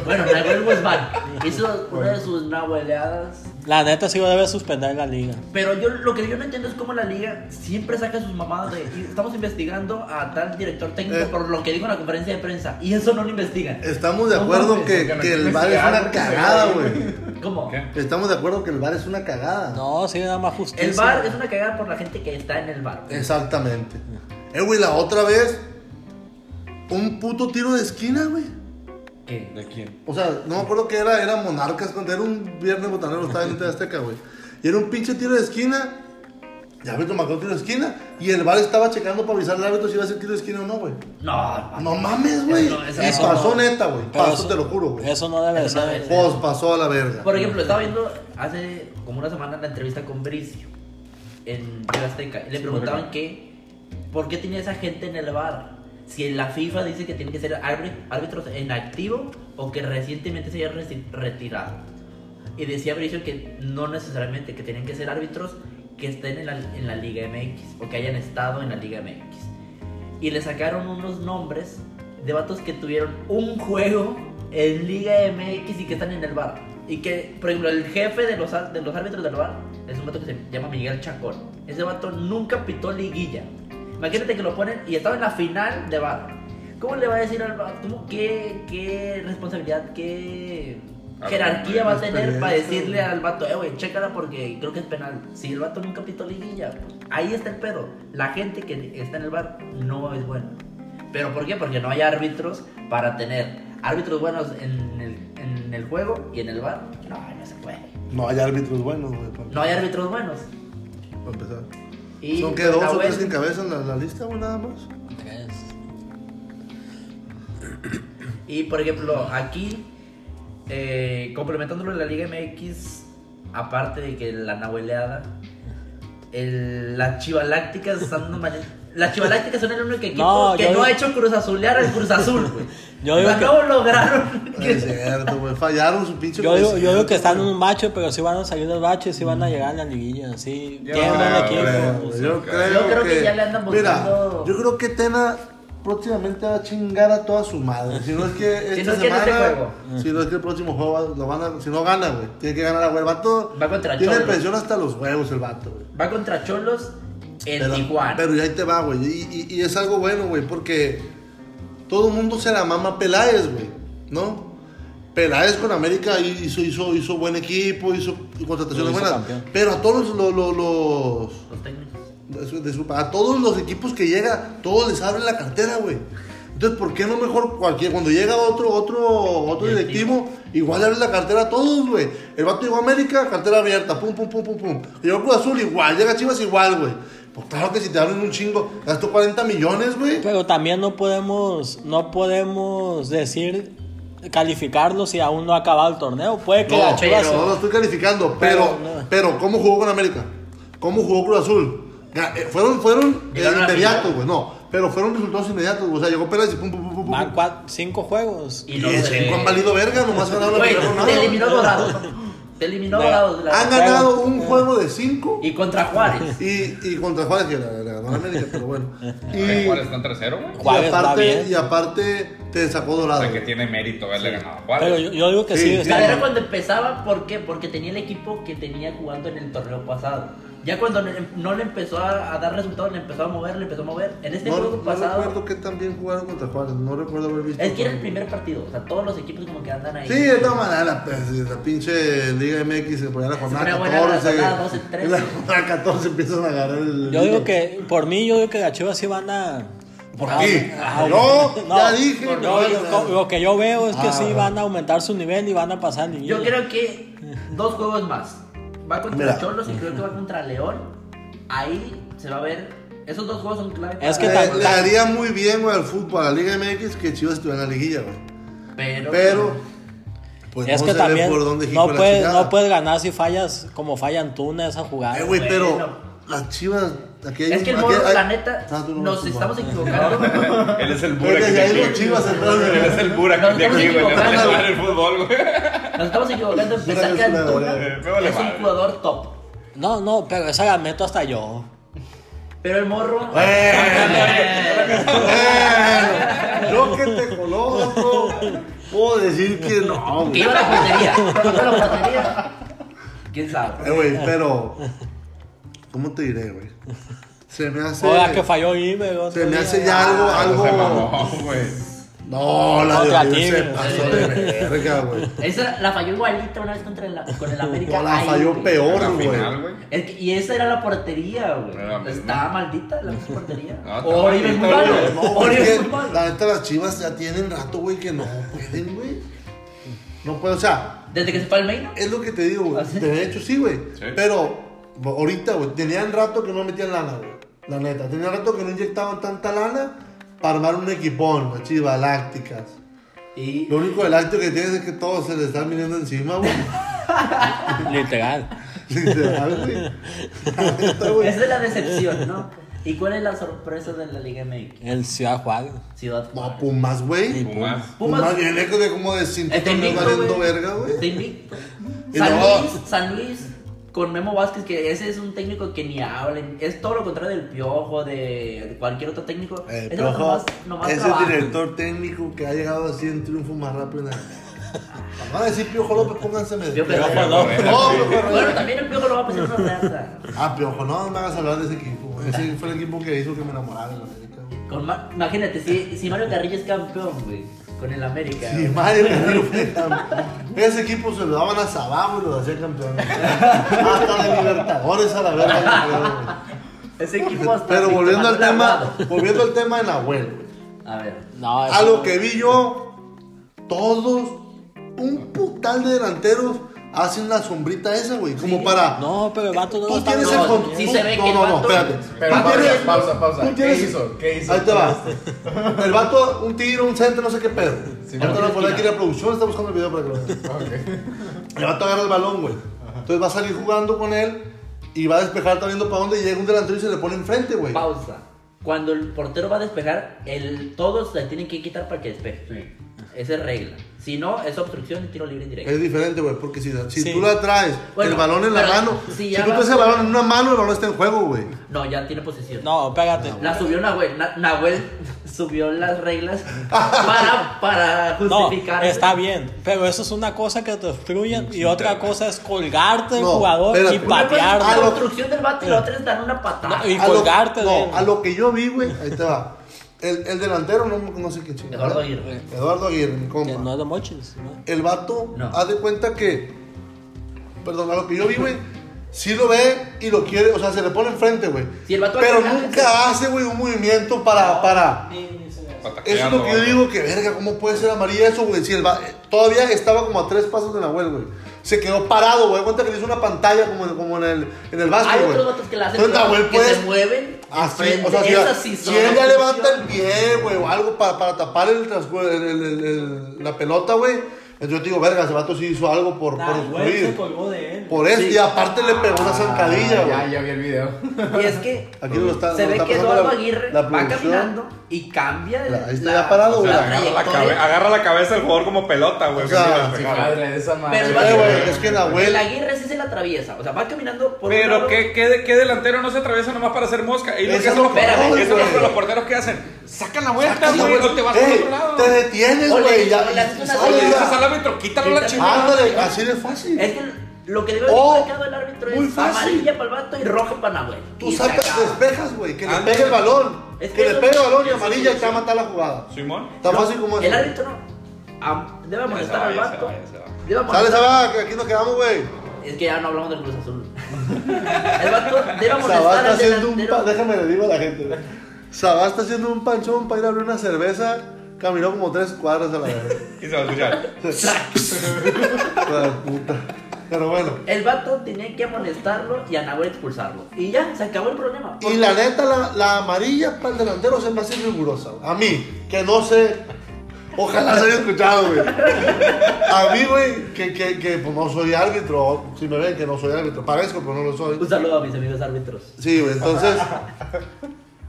S4: Bueno, Nahuel Guzmán hizo una de sus nahueleadas.
S3: La neta sí lo debe suspender la liga.
S4: Pero yo lo que yo no entiendo es cómo la liga siempre saca sus mamadas de "Y estamos investigando a tal director técnico
S2: Eh.
S4: por lo que dijo en la conferencia de prensa y eso no lo investigan.
S3: Eh.
S2: Estamos de
S4: No
S2: acuerdo
S4: mames,
S2: que,
S5: porque no
S2: que el
S5: quieres
S2: bar es
S5: llegar,
S2: una
S5: porque se ve
S2: cagada,
S5: ahí,
S2: güey.
S4: ¿Cómo?
S1: ¿Qué?
S2: Estamos de acuerdo que el bar es una cagada.
S3: No, sí, nada más justicia.
S4: El bar es una cagada por la gente que está en el bar.
S2: Exactamente. Eh, güey, la otra vez, un puto tiro de esquina, güey.
S4: ¿Qué?
S1: ¿De quién?
S2: O sea, no me acuerdo que era, era Monarcas, cuando era un viernes botanero, estaba en de Azteca, güey. Y era un pinche tiro de esquina. Y árbitro marcó un tiro de esquina. Y el bar estaba checando para avisar al árbitro si iba a ser tiro de esquina o no, güey. Ah, No
S4: No,
S2: mames, güey.
S4: Eso no, eso
S2: Y
S3: no.
S2: pasó neta, güey.
S3: Pero
S2: Pasó,
S3: eso-
S2: te lo juro, güey.
S3: Eso no debe
S4: Eso no
S3: ser.
S4: debe
S2: Pues pasó a la verga.
S4: Por ejemplo, estaba viendo hace como una semana la entrevista con Bricio en TV Azteca. y Le preguntaban que, ¿por qué tenía esa gente en el bar? Si en la FIFA dice que tienen que ser árbi- árbitros en activo o que recientemente se hayan resi- retirado. Y decía Bricio que no necesariamente, que tenían que ser árbitros que estén en la, en la Liga MX o que hayan estado en la Liga MX. Y le sacaron unos nombres de vatos que tuvieron un juego en Liga MX y que están en el bar. Y que, por ejemplo, el jefe de los, ar- de los árbitros del bar es un vato que se llama Miguel Chacón. Ese vato nunca pitó liguilla. Imagínate que lo ponen y estaba en la final de bar. ¿Cómo le va a decir al vato? ¿Cómo qué, qué responsabilidad, qué
S1: Ah,
S4: jerarquía va a tener para
S2: experiencia,
S4: decirle
S2: güey.
S4: al vato, eh, güey, chécala porque creo que es penal? Si el vato nunca pitó liguilla, pues, ahí está el pedo. La gente que está en el bar no es buena. ¿Pero por qué? Porque no hay árbitros para tener árbitros buenos en el, en el juego y en el bar. No, no se puede.
S2: No hay árbitros buenos, güey. para-
S4: No hay árbitros buenos.
S2: Para empezar.
S4: Y
S2: Son que
S4: pues,
S2: dos o
S4: Nahuel-
S2: tres que encabezan la, la lista, güey, nada más.
S3: Tres.
S4: Y por ejemplo, aquí, eh, complementándolo en la Liga MX, aparte de que la nahueleada, el- las chivalácticas están dando mal- Las chivalácticas son el único equipo
S3: No,
S4: que
S3: yo-
S4: no ha hecho cruz azulear al cruz azul, güey.
S3: Yo digo
S4: O sea,
S3: que-
S4: no lograron.
S2: No Es cierto, güey. Fallaron su pinche.
S3: Yo digo, yo digo
S2: merecimiento,
S3: que están en
S2: güey.
S3: un bache, pero sí van a salir del bache, sí van a llegar a la liguilla. Sí,
S1: Ya,
S3: tienen buen
S1: hombre.
S3: equipo.
S2: Yo, creo
S4: Yo creo que ya le andan buscando-
S2: Mira, yo creo que Tena próximamente va a chingar a toda su madre. Si no es que esta
S4: Si no es que en
S2: semana,
S4: este juego.
S2: si no es que el próximo juego va- lo van a, si no gana, güey, tiene que ganar a güey. El vato
S4: Va contra
S2: tiene
S4: Cholos.
S2: presión hasta los huevos el vato, güey.
S4: Va contra Cholos en
S2: Pero,
S4: Tijuana.
S2: pero ahí te va, güey. Y, y- y es algo bueno, güey, porque todo el mundo se la mama a Peláez, güey, ¿no? Peláez con América hizo, hizo, hizo buen equipo, hizo
S3: Lo
S2: contrataciones
S3: hizo
S2: buenas.
S3: campeón.
S2: Pero a todos los- los- los
S4: Los técnicos.
S2: de su- de su- a todos los equipos que llega, todos les abren la cartera, güey. Entonces, ¿por qué no mejor cualquier, cuando llega otro, otro, otro directivo, igual le abren la cartera a todos, güey? El vato llegó a América, cartera abierta, pum, pum, pum, pum, pum. Llegó a Cruz Azul, igual, llega a Chivas, igual, güey. Pues claro que si te abren un chingo, gastó 40 millones, güey.
S3: Pero también no podemos, no podemos decir, calificarlo si aún no ha acabado el torneo. Puede que
S2: No,
S3: la Chivas.
S2: no lo estoy calificando, pero,
S3: Pero, no.
S2: pero ¿cómo jugó con América? ¿Cómo jugó Cruz Azul? Ya, eh, Fueron, fueron eh,
S4: Llegaron a la
S2: inmediatos,
S4: final.
S2: güey, no. Pero fueron resultados inmediatos, güey. O sea, llegó Pérez y pum, pum, pum, pum, pum.
S3: Van cua- cinco juegos.
S4: Y
S2: Y
S4: los
S2: en
S4: de-
S2: cinco han valido verga, nomás ganaron la
S4: Güey,
S2: primera
S4: te
S2: jornada.
S4: eliminó Dorados. Te eliminó
S3: No.
S4: Dorados. de la-
S2: Han ganado un juego de cinco
S4: Y contra Juárez.
S2: y, y contra Juárez, que la la ganó la América, pero bueno. Y,
S1: Oye, Juárez está en tercero, güey.
S2: y
S3: Juárez va
S2: aparte,
S3: bien.
S2: y aparte te sacó
S1: O
S2: dorado.
S1: sea, que
S2: Ah, güey.
S1: tiene mérito haberle ganado a
S3: Pero
S1: Juárez.
S3: yo, yo digo que sí,
S2: Sí,
S3: está
S4: Ya
S3: bien.
S4: era cuando empezaba, ¿por qué? Porque tenía el equipo que tenía jugando en el torneo pasado. Ya cuando le- no le empezó a, a dar resultados, le empezó a mover, le empezó a mover. En este
S2: No,
S4: juego
S2: no
S4: pasado,
S2: recuerdo que también jugaron contra Juárez, no recuerdo haber visto.
S4: es que era el primer partido. O sea, todos los equipos como que andan ahí.
S2: Sí, es la manera, la, pues, la pinche Liga MX se ponía la jornada
S4: ponía buena la
S2: 14.
S4: jornada 12,
S2: En la
S4: 13.
S2: jornada 14 empiezan a agarrar el.
S3: Yo digo
S2: hilo.
S3: que, por mí, yo digo que las Chivas sí van a.
S2: ¿Por
S3: Ah,
S2: qué?
S3: ah,
S2: no,
S3: no,
S2: ya dije.
S3: no,
S2: que
S3: yo-
S2: van a
S3: lo,
S2: ganar.
S3: lo que yo veo es que
S2: Ah,
S3: sí
S2: bueno.
S3: van a aumentar su nivel y van a pasar liguilla.
S4: Yo creo que dos juegos más. Va contra
S2: Mira.
S4: Cholos y creo que va contra León. Ahí se va a ver. Esos dos juegos son clave. para-
S3: Es que
S2: le,
S3: tan-
S2: le
S3: tan-
S2: haría muy bien, güey, al fútbol, a la Liga MX, que Chivas estuviera en la liguilla, güey.
S4: Pero.
S2: Pero, pues
S3: es
S2: no
S3: que
S2: se ve
S3: también
S2: por dónde
S3: no
S2: jico la
S3: puedes,
S2: chingada.
S3: no puedes ganar si fallas como falla Antuna esa jugada.
S2: Eh, güey,
S4: Ah, Bueno.
S2: pero las chivas. Aquí hay
S4: Es
S2: un-
S4: que el
S2: aquí
S4: morro,
S2: hay-
S4: la neta,
S2: Ah, tú no
S4: nos
S2: vas,
S4: estamos
S2: tú vas.
S4: equivocando.
S1: Él es el
S2: Es
S1: Burak
S2: que si
S1: de
S2: hay dos
S1: aquí.
S2: chivas entonces,
S1: Él es
S2: güey.
S1: el Burak
S4: Nos
S1: de
S4: estamos
S1: aquí, güey. Le
S4: equivocando.
S1: hace mal el fútbol, güey.
S4: Nos estamos equivocando en
S2: Mira,
S4: pensar
S2: es
S4: que
S2: una
S4: Antuna
S2: verdad.
S1: Me vale
S4: es un
S1: madre.
S4: jugador top.
S3: No, no, pero esa la meto hasta yo.
S4: Pero el morro.
S2: Eh. Bueno, Yo que te conozco, puedo decir que no,
S4: Que
S2: güey.
S4: iba a la portería. que iba a la portería. ¿Quién sabe?
S2: Eh, güey, pero. ¿Cómo te diré, güey? Se me hace.
S3: O la que falló Ibe. el otro
S2: se me
S3: día.
S2: hace ya
S4: Ah,
S2: algo.
S1: Se
S2: algo...
S1: mamó, güey.
S2: No, la
S3: Contra
S2: de Oribe se
S3: Tigres.
S2: pasó de verga, güey.
S4: Esa la falló igualita una vez contra el, con el América.
S2: No, la
S4: Ay,
S2: falló
S4: güey.
S1: La
S2: peor,
S1: final,
S2: güey.
S1: güey.
S4: Es que- y esa era la portería,
S1: Era la misma.
S4: güey. Estaba maldita la portería.
S1: No, está
S4: Oribe es muy
S1: maldita,
S4: malo.
S1: güey.
S2: No, güey,
S4: Oribe
S2: es
S4: es
S2: que
S4: muy malo.
S2: la neta las chivas ya tienen rato, güey, que no pueden, güey. No pueden, o sea,
S4: Desde que se fue al Meino.
S2: Es lo que te digo, güey.
S4: ¿Ah, sí?
S2: De hecho, sí, güey.
S1: Sí.
S2: Pero bo- ahorita, güey, tenían rato que no metían lana, güey. La neta, tenían rato que no inyectaban tanta lana para armar un equipón, güey, chivas lácticas.
S4: Y
S2: Lo único láctico que tienes es que todos se le están viniendo encima, güey.
S3: Literal.
S2: Literal, güey. La neta, güey.
S4: esa es la decepción, ¿no? ¿Y cuál es la sorpresa de la Liga MX?
S3: El Ciudad Juárez.
S4: Ciudad
S2: No, pues,
S4: Juárez.
S2: Pumas, güey.
S1: Pumas.
S2: Pumas viene de como de cinco
S4: Está
S2: años
S4: invicto,
S2: valiendo
S4: güey.
S2: verga, güey.
S4: Está invicto.
S2: Y
S4: San
S2: luego-
S4: Luis, San Luis con Memo Vázquez, que ese es un técnico que ni hablen. Es todo lo contrario del Piojo, de cualquier otro técnico.
S2: Eh,
S4: Ese
S2: Piojo
S4: nomás, nomás
S2: es
S4: trabaja.
S2: el director técnico que ha llegado así en triunfo más rápido en la Cuando van a decir Piojo López, pónganse medio.
S4: Piojo López.
S2: No, Piojo
S4: Bueno,
S2: López.
S4: también el Piojo lo va a pasar una raza.
S2: Ah, Piojo, no, no me hagas hablar de ese equipo. güey. Ese fue el equipo que hizo que me enamorara de la América. güey.
S4: Con Ma- Imagínate, si, si Mario Carrillo es campeón, güey, con el América.
S2: Sí, Mario Carrillo fue campeón. Ese equipo se lo daban a Sabá, y lo hacía campeón. güey. Hasta de Libertadores a la verga. campeón, güey.
S4: Ese equipo hasta.
S2: Pero
S4: Víctor
S2: volviendo al
S4: Manuel
S2: tema,
S4: Aguado.
S2: volviendo al tema de Nahuel. güey.
S4: A ver.
S3: No,
S2: A lo que vi yo, todos, un putal de delanteros hacen la sombrita esa, güey. Como para.
S3: No, pero el vato no lo
S2: Tú
S3: está
S2: tienes el
S3: viendo.
S4: No,
S2: control.
S4: sí se ve
S2: no,
S4: que el
S2: no, no,
S4: vato-
S2: espérate.
S5: Pero
S2: Tú
S5: pausa,
S2: tienes-
S5: pausa, pausa.
S2: tú
S5: ¿Qué
S2: tienes-
S5: hizo? ¿Qué hizo?
S2: Ahí te va. El vato, un tiro, un centro, no sé qué pedo.
S5: Sí,
S2: Ahorita
S4: no.
S2: lo pone aquí la producción, está buscando el video para que lo vean.
S5: Ok.
S2: El vato agarra el balón, güey. Entonces va a salir jugando con él y va a despejar, está viendo para dónde y llega un delantero y se le pone enfrente, güey.
S4: Pausa. Cuando el portero va a despejar, el, todos le tienen que quitar para que despeje. Esa es regla. Si no, es obstrucción y tiro libre indirecto.
S2: Es diferente, güey, porque si, si
S3: Sí.
S2: tú la traes,
S4: Bueno,
S2: el balón en la
S4: pero
S2: mano,
S4: si
S2: si,
S4: ya
S2: tú
S4: vas
S2: traes el
S4: con-
S2: balón en una mano, el balón está en juego, güey.
S4: No, ya tiene posesión.
S3: No, pégate.
S4: La subió Nahuel. Na- Nahuel subió las reglas para, para
S3: No,
S4: justificar.
S3: está bien, pero eso es una cosa que te obstruyen y otra cosa es colgarte del
S2: No,
S3: jugador y
S2: espérate.
S4: Una cosa es
S3: patearlo.
S4: la
S2: lo-
S4: obstrucción del bate y la otra es dar una patada.
S3: No, y-
S2: A lo-
S3: colgarte de él.
S2: No, a lo que yo vi, güey, ahí te va. El, el delantero, no, no sé qué chingada.
S4: Eduardo Aguirre.
S2: Eduardo Aguirre, mi compa.
S3: Que no es de moches. ¿no?
S2: El vato,
S4: No.
S2: haz de cuenta que. Perdón, a lo que yo vi, güey. Sí lo ve y lo quiere, o sea, se le pone enfrente, güey.
S4: Sí, el vato
S2: Pero
S4: acá-
S2: nunca hace, güey, un movimiento para. para... Eso es lo que yo digo, que verga, ¿cómo puede ser amarilla eso, güey? Si el va- Todavía estaba como a tres pasos de Nahuel, güey. Se quedó parado, güey. Cuenta que le hizo una pantalla como, en- como en el, en el básquet,
S4: Hay
S2: güey.
S4: otros vatos que la hacen
S2: Entonces,
S4: pero
S2: Nahuel,
S4: que
S2: pues,
S4: se mueven.
S2: Así,
S4: enfrente.
S2: o sea, si,
S4: Esas sí
S2: si
S4: son
S2: él ya
S4: obstrucción.
S2: levanta el pie, güey, o algo para, para tapar el, transcu- el- el- el- el- la pelota, güey. Entonces yo digo, verga, ese vato sí hizo algo por, por influir.
S3: colgó de él.
S2: Por eso,
S4: Sí.
S2: y aparte le pegó una zancadilla,
S5: Ah, Ya,
S2: güey.
S5: ya vi el video.
S4: Y es que
S2: Aquí lo está,
S4: se
S2: lo
S4: ve
S2: está
S4: que
S2: pasando
S4: Eduardo
S2: la-
S4: Aguirre
S2: la
S4: va
S2: producción.
S4: caminando y cambia
S2: La- ahí está ya parado, güey.
S1: agarra, la cabe-
S4: trayectoria.
S1: agarra la cabeza el jugador como pelota, güey.
S2: O sea,
S1: que se iba a
S5: Sí,
S1: despejar.
S5: madre, esa madre.
S4: Pero el
S2: Eh,
S4: vato-
S2: güey, es que
S4: El
S2: Nahuel.
S4: Aguirre sí se la atraviesa, o sea, va caminando por un
S1: Pero
S4: lado.
S1: ¿qué, qué, qué delantero no se atraviesa nomás para hacer mosca. Y lo
S2: Eso
S1: que
S2: es
S1: hacen los
S2: lo peor,
S1: porteros, eso es lo
S2: güey.
S1: que los porteros que hacen. Sacan la vuelta,
S2: Sácala,
S1: güey, no te vas
S2: Ey,
S1: al otro lado.
S2: Eh, Te detienes,
S4: O le-
S2: güey. ya-
S4: o le haces una
S2: sale,
S1: Oye,
S4: Oye,
S1: dices
S2: ya.
S1: al árbitro, quítalo la
S4: Quítale-
S1: chingada.
S2: Ándale, así de fácil.
S4: Es que lo que debe
S2: Oh,
S4: haber marcado el árbitro
S2: muy
S4: es
S2: fácil.
S4: amarilla para el vato y roja para Nahuel.
S2: Tú
S4: Y se
S2: sacas,
S4: acaba.
S2: despejas, güey, que le
S1: Ándale.
S2: pegue el balón.
S4: Es que
S2: Que le
S4: eso-
S2: pegue el balón y
S4: eso
S2: amarilla y
S4: es-
S2: te va a matar la jugada.
S1: Simón.
S2: Tan fácil como
S4: El
S2: eso.
S4: árbitro no. Am- debe molestar
S1: va,
S4: al
S1: ya se
S4: vato.
S1: va, ya se va.
S4: Debe
S2: Sale,
S4: molestar-
S2: Sabá, que aquí nos quedamos, güey.
S4: Es que ya no hablamos del Cruz Azul. El vato debe
S2: Sabá está
S4: molestar al
S2: haciendo un...
S4: delantero.
S2: pa- Déjame le digo a la gente, güey. Sabá está haciendo un panchón para ir a abrir una cerveza. Caminó como tres cuadras a la vez.
S1: Y se va a escuchar.
S2: La puta. Pero bueno.
S4: El vato tenía que amonestarlo y a Nahuel expulsarlo. Y ya, se acabó el problema.
S2: Y la neta, la, la amarilla para el delantero se me hace rigurosa. güey. A mí, que no sé. Ojalá se haya escuchado, güey. A mí, güey, que, que, que, pues, no soy árbitro. Si me ven que no soy árbitro, parezco, pero no lo soy.
S3: Pues,
S4: Un saludo a mis amigos árbitros.
S2: Sí, güey, entonces.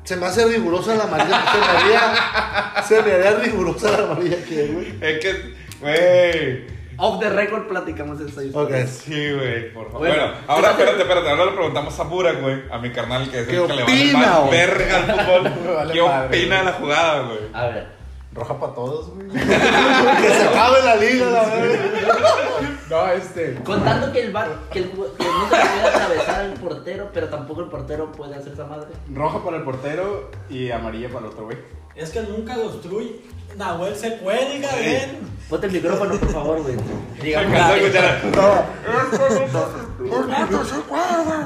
S2: Se me hace rigurosa la amarilla. Se me haría, se me haría rigurosa la amarilla que, güey.
S1: Es que, güey.
S4: Off the record platicamos eso. ahí.
S2: Ok.
S1: Sí, güey, por favor.
S4: Bueno,
S1: Bueno, ahora
S4: fíjate.
S1: espérate, espérate. Ahora le preguntamos a Burak, güey, a mi carnal que es
S2: ¿Qué
S1: el que le
S2: opina,
S1: va a
S2: güey?
S1: verga al
S5: Me
S1: fútbol.
S5: vale
S1: ¿Qué
S5: madre,
S1: opina de
S5: güey.
S1: la jugada, güey?
S4: A ver.
S5: Roja para todos, güey.
S2: Que se acabe la liga, la verdad.
S5: No, este.
S4: Contando que el bar, que el ju- que no se le puede atravesar al portero, pero tampoco el portero puede hacer esa madre.
S5: Roja para el portero y amarilla para el otro, güey.
S3: Es que nunca construye. Nahuel se cuelga, ven.
S4: Ponte el micrófono, por favor, güey.
S1: Alcanzó a
S4: Digamos,
S1: escuchar.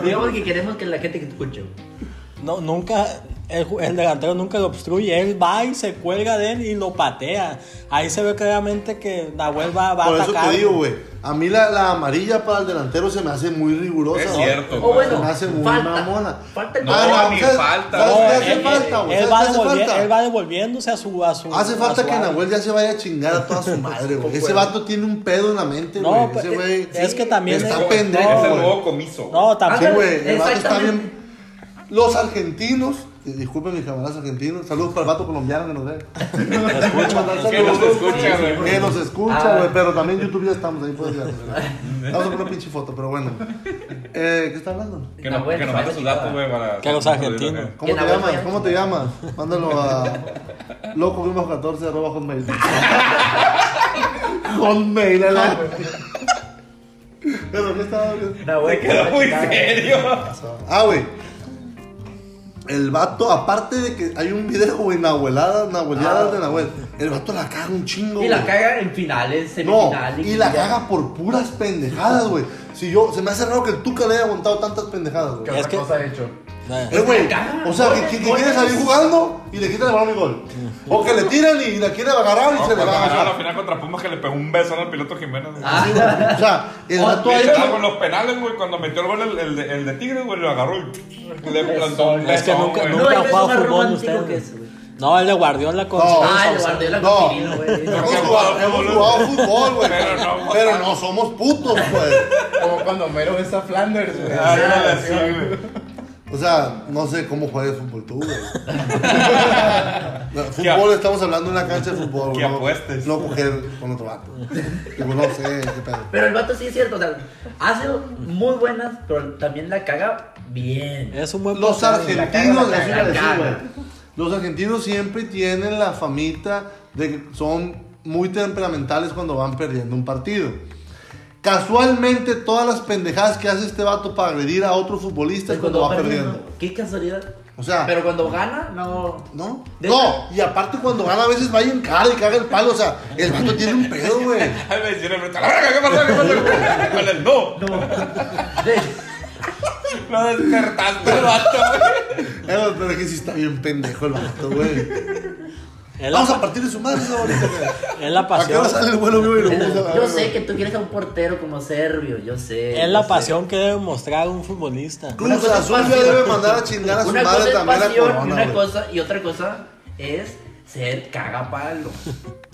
S4: digamos que queremos que la gente que escuche. güey.
S3: No, nunca. El, ju- el delantero nunca lo obstruye. Él va y se cuelga de él y lo patea. Ahí se ve claramente que Nahuel va, va
S2: Por
S3: a
S2: eso
S3: atacar.
S2: te digo, güey. A mí la, la amarilla para el delantero se me hace muy rigurosa.
S1: Es
S2: güey.
S1: cierto,
S4: O bueno,
S2: Se me hace muy
S4: falta.
S2: mamona. Ah,
S4: Falta el
S1: No,
S4: portero.
S1: ni
S2: ¿sabes-
S1: falta.
S2: ¿Sabes
S1: No,
S2: qué
S1: él-
S2: hace falta, güey?
S3: Eh, Él
S2: ¿Sabes
S3: va,
S2: qué hace
S3: devolvi-
S2: falta?
S3: él va devolviéndose a su. A su
S2: Hace
S3: a
S2: falta
S3: su
S2: que
S3: área.
S2: Nahuel ya se vaya a chingar a toda su madre, güey. Ese vato tiene un pedo en la mente, güey.
S3: No,
S2: Ese
S3: pues,
S2: güey
S3: es que también
S2: Está
S3: es-
S2: pendejo,
S1: Es el
S2: güey.
S1: nuevo comiso. güey.
S3: No,
S2: Sí,
S3: también.
S4: Ándale,
S2: güey. El vato está
S4: exactamente.
S2: bien. Los argentinos. eh, Disculpen mis camaradas argentinos. Saludos para el vato colombiano que nos ve.
S1: Que nos escucha,
S2: escucha,
S1: güey.
S2: Que nos
S4: Ah.
S2: escucha, güey. Pero también en YouTube ya estamos ahí. Puedes ver. Vamos a poner pinche foto, pero bueno. Eh, ¿Qué está hablando?
S1: Que nos que nos mande sus datos, güey, para.
S3: Que los argentinos.
S2: ¿Cómo
S4: Que
S2: te
S4: la
S2: llamas?
S4: vuelta-
S2: ¿Cómo te llamas? Mándalo a loco 14 arroba hotmail. hotmail, ¿eh? a
S4: Ah.
S2: la- Pero ¿qué estaba
S4: Nahuel,
S1: Se quedó
S4: la
S1: muy
S4: chingada.
S1: serio.
S2: Ah, güey. El vato, aparte de que hay un video, güey, nahueladas, nahueleadas
S4: Ah.
S2: de Nahuel. El vato la caga un chingo,
S4: Y la
S2: güey.
S4: caga en finales,
S2: No,
S4: semifinales.
S2: y la caga por puras pendejadas, güey. Si yo, se me hace raro que el Tuca le haya aguantado tantas pendejadas, güey.
S5: ¿Qué
S3: Es
S5: otra
S3: que-
S5: cosa ha hecho?
S3: Eh,
S2: Eh, güey,
S4: caga,
S2: o sea, que,
S4: goles,
S2: que- que
S4: goles.
S2: quiere salir jugando y le quitan el balón y gol. O que le tiran y la quiere agarrar y
S1: No, pues,
S2: se le
S1: cuando
S2: va a
S1: ganaron la
S2: agarrar.
S1: final contra Pumas que le pegó un beso al piloto Jiménez. güey.
S4: Ah,
S2: O sea, el
S4: Oh,
S2: vato ha
S1: Literal,
S2: hecho.
S1: con los penales, güey, cuando metió el gol el, el de, el de Tigres, güey, lo agarró y le plantó un
S3: Es que
S1: beso,
S3: nunca,
S1: güey.
S4: No,
S3: nunca
S4: es
S3: han
S4: que
S3: jugado
S4: es más
S3: fútbol
S4: romántico que
S3: ustedes.
S4: eso, güey.
S3: No, él le guardió la con.
S2: No.
S4: Ah, el Guardiola
S2: No.
S4: con Cirilo, güey.
S2: Hemos
S1: Qué
S2: jugado,
S1: guapo,
S2: hemos
S1: boludo.
S2: jugado fútbol, güey.
S1: Pero no,
S2: Pero no somos putos, güey.
S5: Como cuando Homero ves a Flanders, güey.
S1: Ah, era así, güey.
S2: O sea, no sé cómo juegas fútbol tú, güey. No,
S1: Que
S2: Fútbol,
S1: a-
S2: estamos hablando de una cancha de fútbol,
S1: Que
S2: güey. no-
S1: apuestes.
S2: No coger con otro vato. Tipo, no sé, qué pedo.
S4: Pero el vato sí es cierto, o sea, hace muy buenas, pero también la caga bien.
S3: Es un buen
S2: Los
S3: portero.
S2: argentinos,
S4: la
S2: así le
S4: caga, la
S2: decía,
S4: caga.
S2: güey. Los argentinos siempre tienen la famita de que son muy temperamentales cuando van perdiendo un partido. Casualmente todas las pendejadas que hace este vato para agredir a otro futbolista es
S4: Pero
S2: cuando va
S4: perdiendo,
S2: perdiendo.
S4: Qué casualidad.
S2: O sea,
S4: Pero cuando gana, no.
S2: ¿no?
S4: De-
S2: No, y aparte cuando gana a veces va y encara y caga el palo, o sea, el vato tiene un pedo, güey.
S1: Ay, me hicieron el- ¡A la verga! ¿Qué pasó? ¿Qué pasó? Con el no.
S4: No. De-
S1: Lo despertaste, el vato, güey.
S2: Pero, pero que sí está bien pendejo el vato, güey.
S3: Es
S2: Vamos
S3: la,
S2: a partir de su madre, ahorita, güey.
S3: es la
S2: ¿A qué
S3: pasión.
S2: hora sale el vuelo vivo y lo vamos a la
S4: Yo
S2: verga?
S4: sé que tú quieres a un portero como serbio, yo sé.
S3: Es
S4: yo
S3: la
S4: sé.
S3: pasión que debe mostrar un futbolista.
S4: Una
S2: Cruz
S4: cosa es
S2: Azul ya
S4: pasión.
S2: debe mandar a chingar a Ah, su
S4: Una
S2: madre
S4: cosa es
S2: también a
S4: pasión y
S2: Corona,
S4: una
S2: güey.
S4: cosa, y otra cosa es ser cagapalo.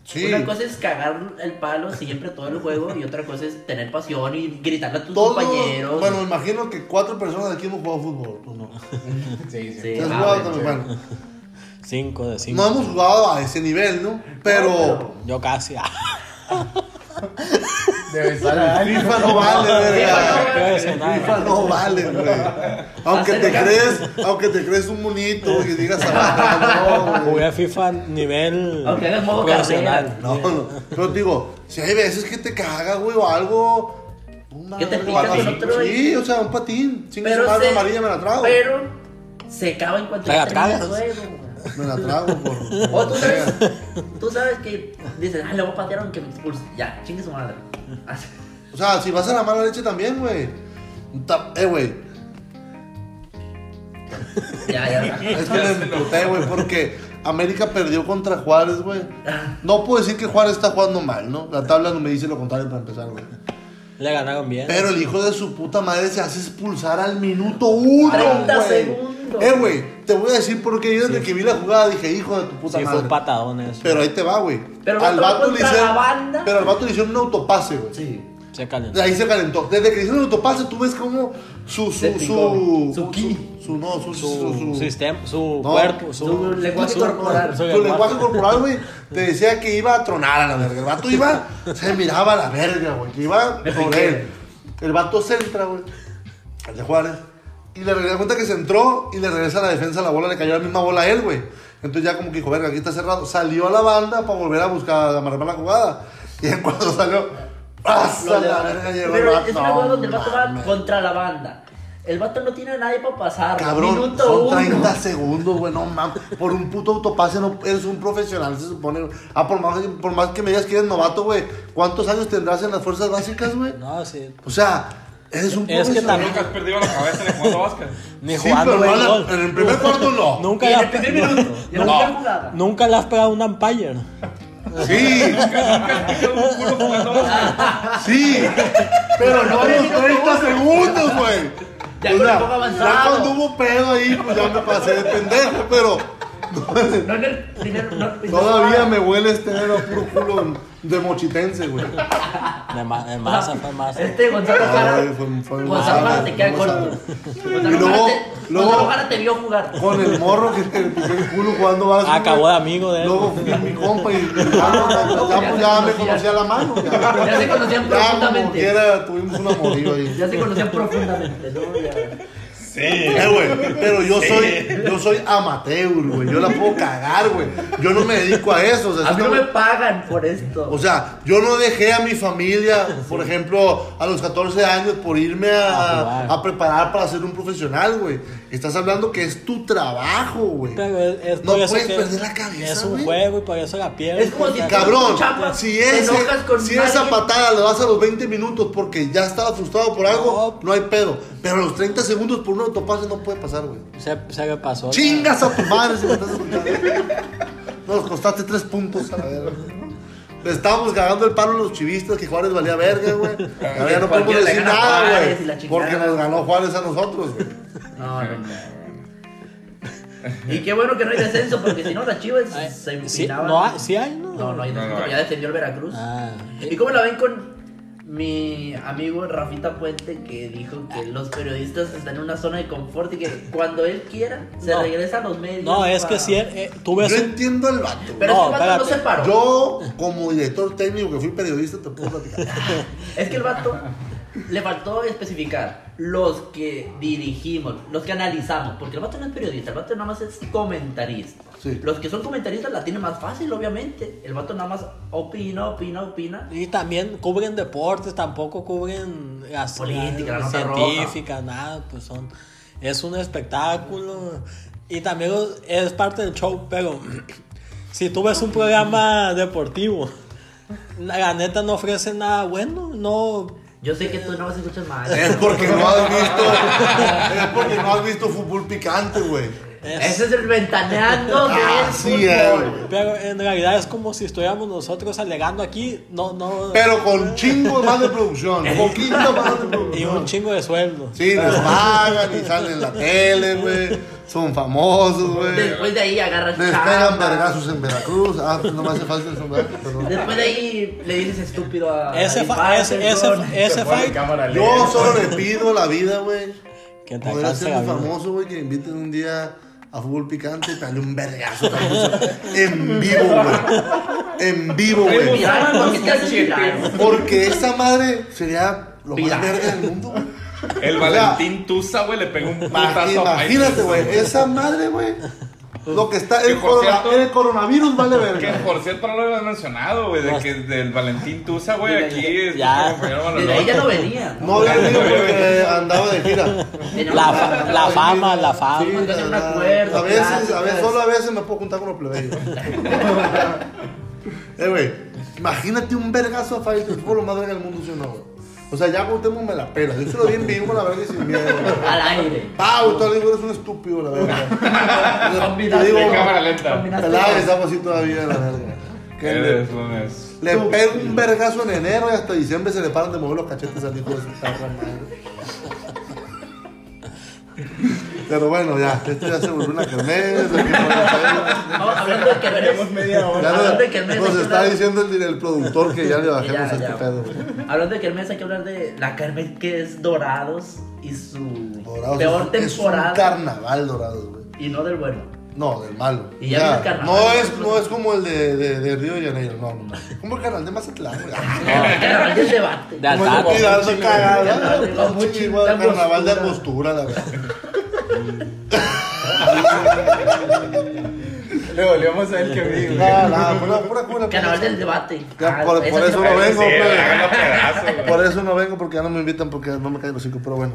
S2: Sí.
S4: Una cosa es cagar el palo siempre todo el juego y otra cosa es tener pasión y gritarle a tus
S2: Todos-
S4: compañeros.
S2: Bueno, me imagino que cuatro personas aquí hemos jugado fútbol. pues no.
S5: Sí, sí.
S4: Sí.
S2: ¿Has
S4: ah,
S2: jugado
S4: bueno,
S2: también?
S5: sí.
S2: Bueno,
S3: Cinco de
S2: no
S3: cinco.
S2: hemos jugado a ese nivel, ¿no? Pero.
S3: Yo casi. ah.
S5: De besar a alguien.
S2: FIFA no vale,
S4: FIFA
S2: verga.
S3: Yo de sonar.
S2: FIFA no vale, güey. Aunque te
S4: Acerca.
S2: crees, aunque te crees un monito y digas a no, güey.
S3: Jugué FIFA nivel
S4: Aunque hagas modo
S3: profesional.
S2: No, no. Pero te digo, si hay veces que te caga, güey, o algo. Una,
S4: Que te picas
S2: patín.
S4: con otro, güey.
S2: Sí, o sea, un patín. Sin
S4: pero
S2: madre
S4: se,
S2: amarilla me la trago.
S4: Pero se caga en cuanto
S3: Te la
S4: termina el
S3: tragas.
S4: juego. güey.
S2: Me la trago, por.
S4: O tú sabes, tú sabes que dices, ah, le voy a patear aunque me expulse. Ya, chingue su madre. Así.
S2: O sea, si vas a la mala leche también, güey. Ta- Eh, güey.
S4: Ya, ya.
S2: Es que me emputé, güey, porque América perdió contra Juárez, güey.
S4: Ah,
S2: No puedo decir que Juárez está jugando mal, ¿no? La tabla no me dice lo contrario para empezar, güey.
S3: Le ganaron bien.
S2: Pero el hijo de su puta madre se hace expulsar al minuto uno,
S4: 40
S2: güey.
S4: segundos.
S2: Eh, güey, te voy a decir por qué. Yo desde que vi la jugada dije, hijo de tu puta
S3: sí, fue
S2: madre.
S3: un patadón eso.
S2: Pero ahí te va, güey.
S4: Pero el vato va contra la banda.
S2: Pero al vato le hicieron un autopase, güey.
S4: Sí.
S3: Se
S2: De
S3: calentó.
S2: ahí se calentó. Desde que le hicieron el autopase, tú ves como su.
S4: Se
S2: su.
S4: picó.
S2: su.
S4: Su ki.
S2: su, su- no, su. su.
S3: Su
S2: su-
S3: sistema, su
S2: No.
S3: cuerpo, su,
S4: Su lenguaje corporal.
S3: su
S2: su
S3: lenguaje.
S2: lenguaje corporal, güey, te decía que iba a tronar a la verga. El vato iba, se miraba a la verga, güey, que iba
S4: Me
S2: por
S4: piqué.
S2: él. El vato centra, güey, al de Juárez. Y le regresa cuenta que se entró y le regresa a la defensa la bola, le cayó la misma bola a él, güey. Entonces ya como que dijo, verga, aquí está cerrado. Salió a la banda para volver a buscar, a amarrar la jugada. Y en cuanto salió, ¡pasa la verga! Llegó el
S4: Pero
S2: vato.
S4: es una jugada donde el
S2: No
S4: vato va
S2: mames.
S4: contra la banda. El vato no tiene a nadie para pasar.
S2: Cabrón,
S4: Minuto
S2: son
S4: uno.
S2: 30 segundos, güey, no mames. Por un puto autopase no eres un profesional, se supone. güey. Ah, por más, por más que me digas que eres novato, güey, ¿cuántos años tendrás en las fuerzas básicas, güey?
S3: No, sí.
S2: O sea, eres un
S3: Es que
S2: profesional.
S1: Nunca has perdido la cabeza de jugando básquet.
S3: Ni
S2: Sí,
S3: jugando
S2: pero no
S3: béisbol.
S2: la- en el primer cuarto no.
S3: Nunca
S4: Y en
S3: la
S4: el primer minuto. Y en la primera jugada.
S3: Nunca le has pegado un umpire.
S2: Sí, sí. Pero no a los 30 segundos, güey.
S4: Ya con el poco avanzado.
S2: ya cuando hubo pedo ahí, pues ya me pasé de pendejo, pero
S4: No en el primer. No, no,
S2: todavía
S4: no.
S2: me huele este dedo a puro culo de mochitense, güey.
S3: De, ma- de masa, fue masa.
S4: Este Gonzalo Jara.
S2: Ay, Ah, fue- fue un
S4: Gonzalo Jara
S2: sabe,
S4: te queda
S2: un
S4: corto.
S2: Y luego-
S4: Gonzalo Jara te-
S2: luego-
S4: Gonzalo Jara te vio jugar.
S2: Con el morro que le picó el culo jugando básquet.
S3: Acabó de
S2: güey.
S3: amigo de él.
S2: Luego fui mi compa y ya, ya, ya, ya me conocía la mano. Ya,
S4: Ya se conocían
S2: Ya, como
S4: profundamente.
S2: quiera, tuvimos un amorío ahí.
S4: Ya se conocían profundamente, ¿no? Ya.
S1: Sí.
S2: Eh, güey, pero yo soy, yo soy amateur, güey. Yo la puedo cagar, güey. Yo no me dedico a eso. O sea,
S4: A
S2: si
S4: mí
S2: no
S4: no
S2: me-
S4: me pagan por esto.
S2: O sea, yo no dejé a mi familia, por ejemplo, a los 14 años por irme
S3: A
S2: a,
S3: jugar.
S2: a preparar para ser un profesional, güey. Estás hablando que es tu trabajo, güey.
S3: Pero es, es
S2: No
S3: por eso
S2: puedes
S3: que
S2: perder la cabeza,
S3: Es un
S2: güey.
S3: juego y por eso la pierdes.
S4: Es como si-
S3: porque-
S2: Cabrón,
S4: Chapa,
S2: si,
S4: te
S2: ese,
S4: enojas con
S2: si esa
S4: alguien.
S2: patada la das a los 20 minutos porque ya estaba frustrado por algo, no hay pedo. Pero a los 30 segundos por un autopase no puede pasar, güey.
S3: Se, se le pasó.
S2: Chingas a tu madre si me estás escuchando. Nos costaste tres puntos a la verga. Le estábamos cagando el palo a los chivistas que Juárez valía verga, güey. Ahora ya no podemos
S4: Cualquiera le
S2: decir
S4: gana a
S2: nada,
S4: Juárez y la
S2: güey.
S4: chingada.
S2: Porque nos ganó Juárez a nosotros, güey.
S4: No, no, no. Y qué bueno que no hay descenso, porque si no, las chivas
S3: Ay,
S4: se
S3: sí,
S4: empinaban.
S3: no, hay- sí hay, ¿no?
S4: No, no hay
S1: No, no
S4: descenso,
S1: hay.
S4: pero ya descendió el Veracruz.
S3: Ah,
S4: ¿Y cómo la ven con mi amigo Rafita Puente que dijo que los periodistas están en una zona de confort y que cuando él quiera se
S3: No.
S4: regresa a los medios?
S3: no, es
S4: para-
S3: que si él, eh, tú ves
S2: Yo
S3: un-
S2: entiendo al vato. güey.
S4: Pero
S3: No,
S4: es que el vato no
S3: espérate.
S4: se paró.
S2: Yo, como director técnico que fui periodista, te puedo platicar.
S4: Es que el vato le faltó especificar los que dirigimos, los que analizamos, porque el vato no es periodista, el vato nada más es comentarista.
S2: Sí.
S4: Los que son comentaristas la tienen más fácil, obviamente. El vato nada más opina, opina, opina.
S3: Y también cubren deportes, tampoco cubren las
S4: Política, la
S3: las
S4: nota
S3: científicas, nada, pues son. Es un espectáculo y también los- es parte del show, pero si tú ves un programa deportivo, la, la neta no ofrece nada bueno, no.
S4: Yo sé que tú nada más escuchas mal.
S2: Es porque no has visto. Es porque no has visto fútbol picante, güey.
S3: es-
S4: Ese es el ventaneando que
S2: Ah,
S4: es
S2: sí,
S4: fútbol.
S2: eh.
S3: pero en realidad es como si estuviéramos nosotros alegando aquí, no, no.
S2: Pero con chingo más de producción. Poquito más de producción.
S3: y un chingo de sueldo.
S2: Sí, les pagan y salen en la tele, güey. Son famosos, güey.
S4: Después de ahí agarras
S2: Les
S4: chamba.
S2: pegan vergazos en Veracruz. Ah, no me hace falta el sombrero, pero...
S4: Después de ahí le dices estúpido a.
S3: Ese,
S4: a
S3: fa-
S4: Ibarra,
S3: ese, ese,
S4: perdón.
S3: ese fight.
S2: Yo solo le pido la vida, güey.
S3: Que te
S2: Poder
S3: alcance
S2: ser
S3: la
S2: un
S3: vida.
S2: famoso, güey, que me inviten un día a fútbol picante y pegarle un vergazo también. En vivo, güey. En vivo, güey.
S4: Viral, ¿por qué te haces viral?
S2: Porque esa madre sería lo más
S4: Mira.
S2: verga del mundo, güey.
S1: El
S2: O sea,
S1: Valentín Tusa, güey, le pegó un
S2: Imagi-
S1: putazo a
S2: Imagínate, güey, esa madre, güey. Lo que está.
S1: Que
S2: El,
S1: por
S2: corona-
S1: cierto-
S2: el coronavirus vale
S1: Que
S2: verga.
S1: por cierto no lo habías mencionado, güey, de que del Valentín Tusa, güey,
S3: Mira,
S1: aquí
S3: ya.
S1: es
S3: Ya.
S1: nuestro compañero
S4: Desde ahí
S1: Manolo.
S4: ya no venía.
S2: No había venido porque andaba de gira.
S4: Tenía
S3: La
S4: una-
S3: fa- la fama, la fama.
S2: Sí,
S4: Mandan un
S2: la-
S4: acuerdo,
S2: A veces,
S4: pláticas.
S2: a veces, solo a veces me puedo juntar con los plebeyos. eh, güey, imagínate un vergazo a Fight. Fue lo más verga del mundo, ¿sí o no, güey? O sea, ya Cuauhtémoc me la pela. Yo se lo di en vivo, la verdad, y sin miedo.
S4: Al aire.
S2: Pau, tú le digo, eres un estúpido, la verdad. Te
S4: Combinaste
S2: digo,
S1: En cámara lenta.
S4: Combinaste
S2: pelada, estamos así todavía, la verga. Que le,
S1: Eres un es-
S2: le pego un vergazo en enero y hasta diciembre se le paran de mover los cachetes al hijo de su perra madre. Pero bueno, ya, esto ya se volvió una kermés. aquí no vamos a ir.
S4: Vamos, hablando de kermés.
S5: Llevamos media hora.
S2: Ya
S4: Hablando
S2: nos,
S4: de kermés,
S2: nos
S4: hay que
S2: está
S4: hablar-
S2: diciendo el, el productor que ya le
S4: Ya,
S2: bajemos este
S4: ya.
S2: pedo. güey.
S4: Hablando de kermés, hay que hablar de la kermés que es Dorados y su
S2: Dorados
S4: peor
S2: es, es un
S4: temporada.
S2: carnaval dorado, güey.
S4: Y no del bueno.
S2: No, del malo.
S4: Y ya
S2: O sea,
S4: viene el carnaval.
S2: No es, no es como el de, de, de Río de Janeiro, no, no. no. Como el carnaval de Mazatlán, güey.
S4: No, carnaval del debate.
S3: De
S2: Como el
S3: Altaco.
S2: de tirarse
S4: Carnaval de
S2: cagada.
S4: Guamuchi,
S2: Chihuahua,
S4: de Angostura.
S2: Carnaval de Angostura, la verdad.
S5: Le volvemos a él que vi, güey.
S2: No, no, pura, pura, pura.
S4: Carnaval del debate.
S2: Ya,
S4: Ah,
S2: por-
S4: esa
S2: por eso
S4: temporada
S2: lo
S4: es
S2: vengo,
S1: Sí,
S2: hombre.
S1: hagan los pedazos, güey.
S2: Por eso no vengo, porque ya no me invitan, porque no me caen los cinco, pero bueno.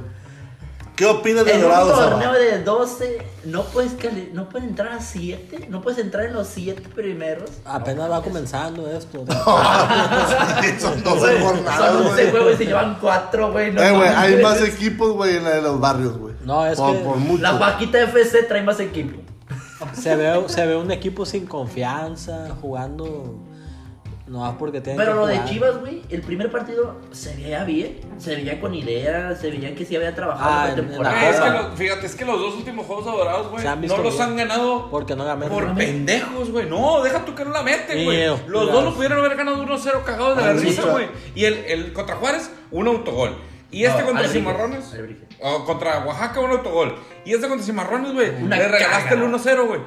S2: ¿Qué opinas de
S4: En un
S2: Dorado,
S4: torneo
S2: Saba?
S4: de 12 no puedes, cali- no puedes entrar a 7, no puedes entrar en los 7 primeros.
S3: Apenas va comenzando esto.
S2: Son 12
S4: Güey,
S2: jornadas,
S4: Son 11
S2: güey.
S4: juegos y se llevan 4, güey. no
S2: Eh, güey, hay
S4: mames.
S2: más equipos, güey, en la de los barrios, güey.
S3: No, es
S2: por,
S3: que-
S2: Por mucho.
S4: La Paquita FC trae más equipo.
S3: Se ve, se ve un equipo sin confianza, jugando. No es porque tienen
S4: Pero
S3: que
S4: lo de
S3: jugar.
S4: Chivas, güey, el primer partido se veía bien, se veía con ideas, se veía que sí había trabajado
S3: Ah,
S4: la
S3: en- en la
S4: temporada.
S1: Ah, es que
S3: Copa.
S1: lo- fíjate, es que los dos últimos juegos adorados, güey,
S3: Se han
S1: no
S3: visto
S1: los
S3: bien.
S1: han ganado
S3: Porque no la meten.
S1: por pendejos, güey. No, deja tú que no la meten, güey.
S3: Mío,
S1: Los
S3: claro.
S1: dos lo pudieron haber ganado 1-0 cagados de la
S2: Ah,
S1: risa,
S2: mucho.
S1: güey. Y el, el contra Juárez, un autogol. Y
S4: No,
S1: este contra
S4: Alebrije,
S1: Cimarrones.
S4: Alebrije.
S1: o contra Oaxaca, un autogol. Y este contra Cimarrones, güey.
S4: Una
S1: Le regalaste
S4: caga.
S1: el 1-0, güey.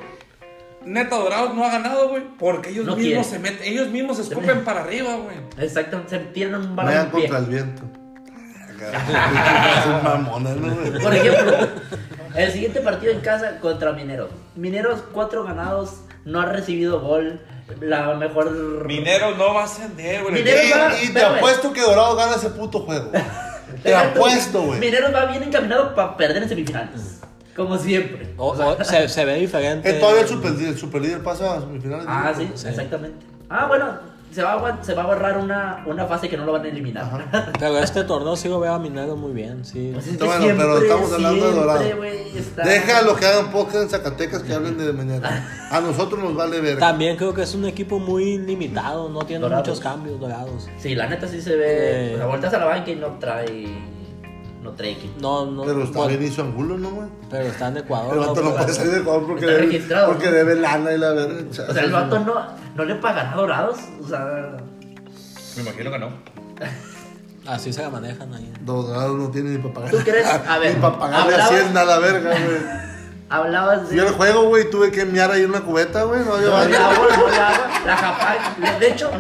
S1: Neta Dorados no ha ganado, güey, porque ellos
S4: No
S1: mismos
S4: quiere.
S1: se meten, ellos mismos se escupen para arriba, güey.
S4: Exactamente, se tienen un balón
S2: Vayan
S4: en pie.
S2: contra el viento. Es un mamona, ¿no, güey?
S4: Por ejemplo, el siguiente partido en casa contra Mineros. Mineros, 4 ganados, no ha recibido gol. La mejor.
S1: Minero no va a ascender, güey.
S4: Minero va-
S2: Y, y te
S4: pero, güey.
S2: apuesto que Dorado gana ese puto juego. Te
S4: Deja tú,
S2: apuesto, güey.
S4: Mineros va bien encaminado para perder en semifinales. Como siempre.
S3: O- o se, se ve diferente.
S2: Eh, todavía el superlíder, el superlíder pasa a semifinales.
S4: Ah,
S2: ¿no?
S4: sí, exactamente. Ah, bueno, se va a, aguant- se va a borrar una, una fase que no lo van a eliminar.
S3: Pero este torneo sí lo veo a Minero muy bien, sí.
S4: Pues es que
S2: Está bueno, pero estamos hablando de Dorado.
S4: güey, está-
S2: Deja lo que hagan podcast en Zacatecas que hablen de mañana. A nosotros nos vale ver.
S3: También creo que es un equipo muy limitado, no tiene
S4: Dorados.
S3: muchos cambios dorados.
S4: Sí, la neta sí se ve.
S3: Sí.
S4: O sea, volteas a la banca y no trae. No trae equipo.
S3: No, no.
S2: Pero está
S3: bueno,
S2: bien hizo Angulo, ¿no, güey?
S3: pero está en Ecuador.
S2: El vato no
S3: Pero-
S2: puede salir de Ecuador porque,
S4: Está
S2: debe,
S4: registrado,
S2: porque
S4: ¿no?
S2: debe lana y la verga.
S4: O sea, el vato no, no le pagan a dorados. O sea,
S1: Me imagino que no.
S3: Así se la manejan ahí.
S2: Dorado no tiene ni para pagar.
S4: ¿Tú crees? A ver,
S2: Ni para pagarle
S4: ¿hablabas?
S2: Hacienda a la verga, güey.
S4: hablabas de.
S2: Yo el juego, güey, tuve que enviar ahí una cubeta, güey. No, yo
S4: No le hago, no le hago. La Japán. le- De hecho,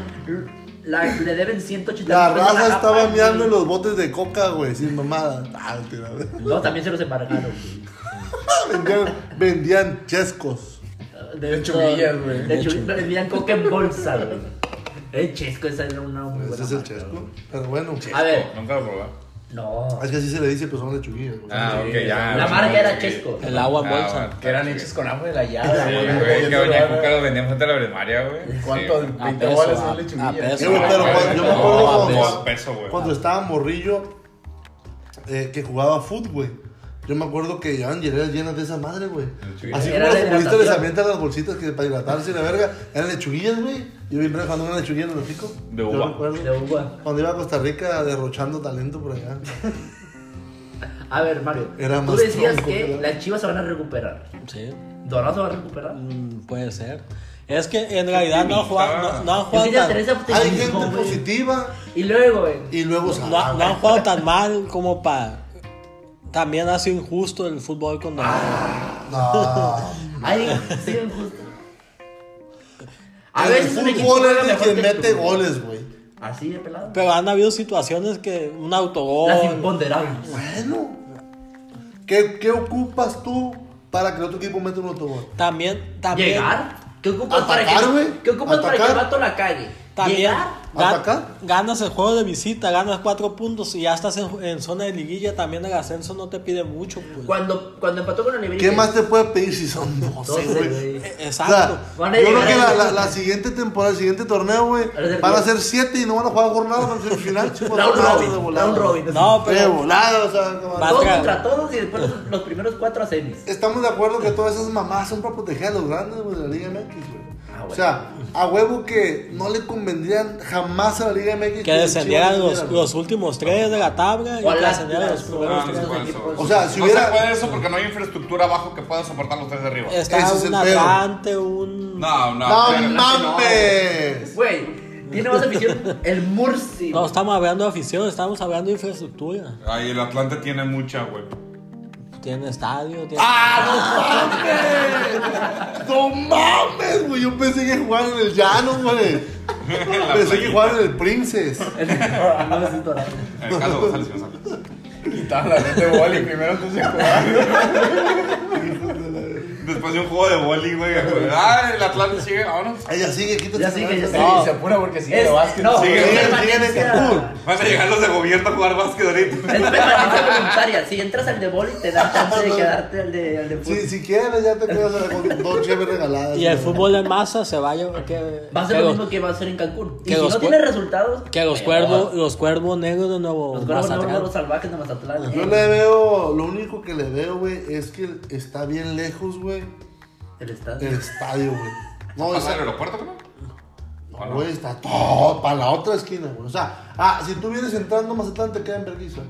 S4: la- le deben 180
S2: La
S4: pesos a
S2: raza estaba
S4: Japán,
S2: meando en
S4: güey.
S2: los botes de coca, güey, sin mamada. Ah, mentira, güey.
S4: No, también se los embargaron. güey.
S2: vendían, vendían chescos.
S5: De chumillas, güey.
S4: De chumillas. Vendían coca en bolsa, güey. El chesco, esa era una. muy
S2: Ese
S4: buena
S2: es el
S4: marca, güey.
S2: chesco. Pero bueno,
S4: A ver,
S1: Nunca lo probé.
S4: no.
S2: es que así se le dice, pues son lechuguillas, güey.
S1: Ah, ok, ya.
S4: La marca era Chesco.
S3: El agua en
S1: Ah,
S3: bolsa.
S1: bueno.
S5: Que eran hechos con agua de la llave.
S1: Sí,
S5: güey.
S1: güey, que Doña
S5: Eso,
S1: Cuca los vendían frente a la primaria, güey.
S5: ¿Cuánto?
S1: Sí.
S5: 20
S3: peso,
S5: bolas
S3: a-
S5: son
S3: a peso.
S5: lechumillas.
S2: Sí, güey, pero
S1: Ah,
S2: cuando- yo me
S1: no,
S2: acuerdo
S1: a
S2: cuando,
S1: dos pesos, güey.
S2: cuando estaba morrillo eh, que jugaba fútbol, güey. Yo me acuerdo que llevaban hieleras llenas de esa madre, güey.
S1: Lechuguillas.
S2: Así como
S4: Era
S2: los
S4: de
S2: futbolistas les
S4: hidratación.
S2: avientan las bolsitas que para hidratarse y la verga. Eran lechuguillas, güey. Yo vi cuando una lechuguilla en los picos.
S1: De
S2: Yo
S1: uva.
S2: recuerdo.
S4: De uva.
S2: Cuando iba a Costa Rica derrochando talento por allá.
S4: A ver, Mario.
S2: Era
S4: tú
S2: más
S4: decías
S2: tronco,
S4: que
S2: pero-
S4: las chivas se van a recuperar.
S3: Sí.
S4: Dorado se va a recuperar.
S3: Mm, puede ser. Es que en realidad no han jugado, no, no han
S4: Yo
S3: jugado
S4: quería
S3: tan,
S4: tener ese
S2: Hay
S4: optimismo,
S2: gente
S4: güey.
S2: positiva
S4: Y luego, güey.
S2: y luego se
S3: no- no han jugado tan mal como para. También ha sido injusto el fútbol con
S2: Ah.
S3: nosotros.
S2: No.
S4: Ay, sí, injusto.
S2: A
S4: A
S2: ver,
S4: veces
S2: el
S4: un equipo
S2: fútbol
S4: juega
S2: es de
S4: mejor
S2: quien
S4: que
S2: mete
S4: tú.
S2: goles, güey.
S4: Así de pelado.
S3: Pero han habido situaciones que un
S4: Las
S3: autogol.
S4: imponderables.
S2: Bueno. ¿Qué, qué ocupas tú para que el otro equipo meta un autogol?
S3: También, también.
S4: Llegar. ¿Qué ocupas para
S2: Atacar,
S4: que
S2: güey.
S4: ¿Qué ocupas para que
S2: Atacar.
S4: el vato la cague?
S3: También
S4: Llegar
S3: gan-
S2: hasta acá.
S3: ganas el juego de visita, ganas cuatro puntos y ya estás en, en zona de liguilla. También el ascenso no te pide mucho. pues.
S4: Cuando, cuando empató con Oliveira.
S2: ¿Qué más te puede pedir si son 12,
S4: 12,
S2: güey?
S4: güey. Eh,
S3: E-
S2: O
S3: Exacto.
S2: sea, yo
S4: Van a
S2: creo
S4: llegar
S2: que
S4: a-
S2: la, la- la siguiente temporada, el siguiente torneo, güey,
S4: Van a ser
S2: van a
S4: diez.
S2: ser 7 y no van a jugar jornada para el final. chicos,
S4: Round
S2: nada, de
S4: Robin.
S2: volada.
S4: Round Robin.
S3: no,
S2: De
S3: pero
S2: volada, o sea, como-
S3: Va-
S4: Todos
S3: Patrick.
S4: contra todos y después los, los primeros cuatro a semis.
S2: Estamos de acuerdo que todas esas mamás son para proteger a los grandes, güey, de la Liga MX, güey.
S4: Ah, bueno.
S2: O sea, a huevo que no le convendrían jamás a la Liga MX
S3: que
S2: los
S3: descendieran
S2: Chivas
S3: los,
S2: vinieran.
S3: los últimos tres de la tabla y
S4: O
S3: que
S4: las-
S3: ascendieran los
S4: las-
S3: primeros
S4: o
S3: tres.
S4: las-
S2: O sea, si
S1: no
S2: hubiera.
S1: se puede eso porque no hay infraestructura abajo que pueda soportar los tres de arriba.
S3: Está
S2: ese es el
S3: un
S2: pedo.
S3: Atlante, un.
S1: No, no.
S2: Eh, ¡No
S1: claramente
S2: mames!
S4: Güey, tiene más afición el Murci.
S3: No estamos hablando de afición, estamos hablando de infraestructura.
S1: no. Ay, el Atlante tiene mucha, güey.
S3: Tiene estadio, tiene.
S2: ¡Ah, no mames! ¡No mames, güey! Yo pensé que jugaban en el llano, güey.
S1: La
S2: Pensé que
S1: playita.
S2: jugaban en el Princess.
S4: no me siento nada.
S1: Eh, Carlos González, González.
S5: Quitaron la red de boli primero antes de jugar.
S1: Después de un juego de boli, güey. güey. Ah, el Atlante sigue. Vámonos.
S2: Ella sigue, quítate.
S4: Ya sigue, ya
S2: Sí,
S4: sigue.
S5: Sí, se apura porque sigue
S4: Es-
S5: de básquet.
S4: no,
S1: Sigue,
S4: es
S1: sigue,
S2: sigue en
S4: permanencia.
S2: Cancún.
S1: Van a llegar los de gobierno a jugar básquet ahorita.
S4: Es permanencia voluntaria. Si entras al de boli, te da chance de quedarte al de, al de fútbol.
S2: Si, si quieres, ya te quedas con dos chéves regaladas.
S3: Y el
S2: güey.
S3: fútbol en masa se va a llevar. Que,
S4: Va a ser
S3: que
S4: lo
S3: los-
S4: mismo que va a ser en Cancún. Y
S3: que
S4: si
S3: los
S4: no
S3: cu-
S4: tiene resultados.
S3: que los
S4: eh,
S3: cuervos, los cuervos negros de nuevo
S4: Los cuervos no,
S3: Mazatlán.
S4: los salvajes de Mazatlán.
S2: Yo
S4: eh,
S2: le veo, lo único que le veo, güey, es que está bien lejos, güey,
S4: El estadio.
S2: el estadio, güey. No,
S1: ¿Pasa
S2: esa-
S1: el aeropuerto, no?
S2: no, güey, está todo para la otra esquina, güey. O sea, ah, si tú vienes entrando a Mazatlán, te queda en vergüenza.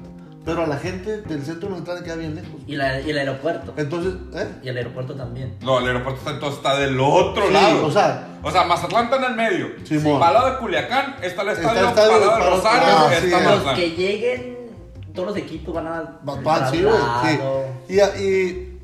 S2: Pero a la gente del centro de Mazatlán le queda bien lejos. güey.
S4: Y, la, y el aeropuerto.
S2: Entonces, ¿eh?
S4: Y el aeropuerto también.
S1: No, el aeropuerto está, entonces está del otro
S2: Sí,
S1: lado.
S2: o sea-
S1: o sea, Mazatlán está en el medio.
S2: Simón.
S1: Para el lado de Culiacán está el estadio,
S2: el
S1: para
S2: estadio
S1: el lado de
S2: para-
S1: Rosario
S2: ah, sí,
S1: está
S2: eh.
S4: Los
S1: Mazatlán.
S4: que lleguen, todos los equipos van a.
S2: Va- va, sí, güey, sí.
S4: traslado.
S2: Y, a- y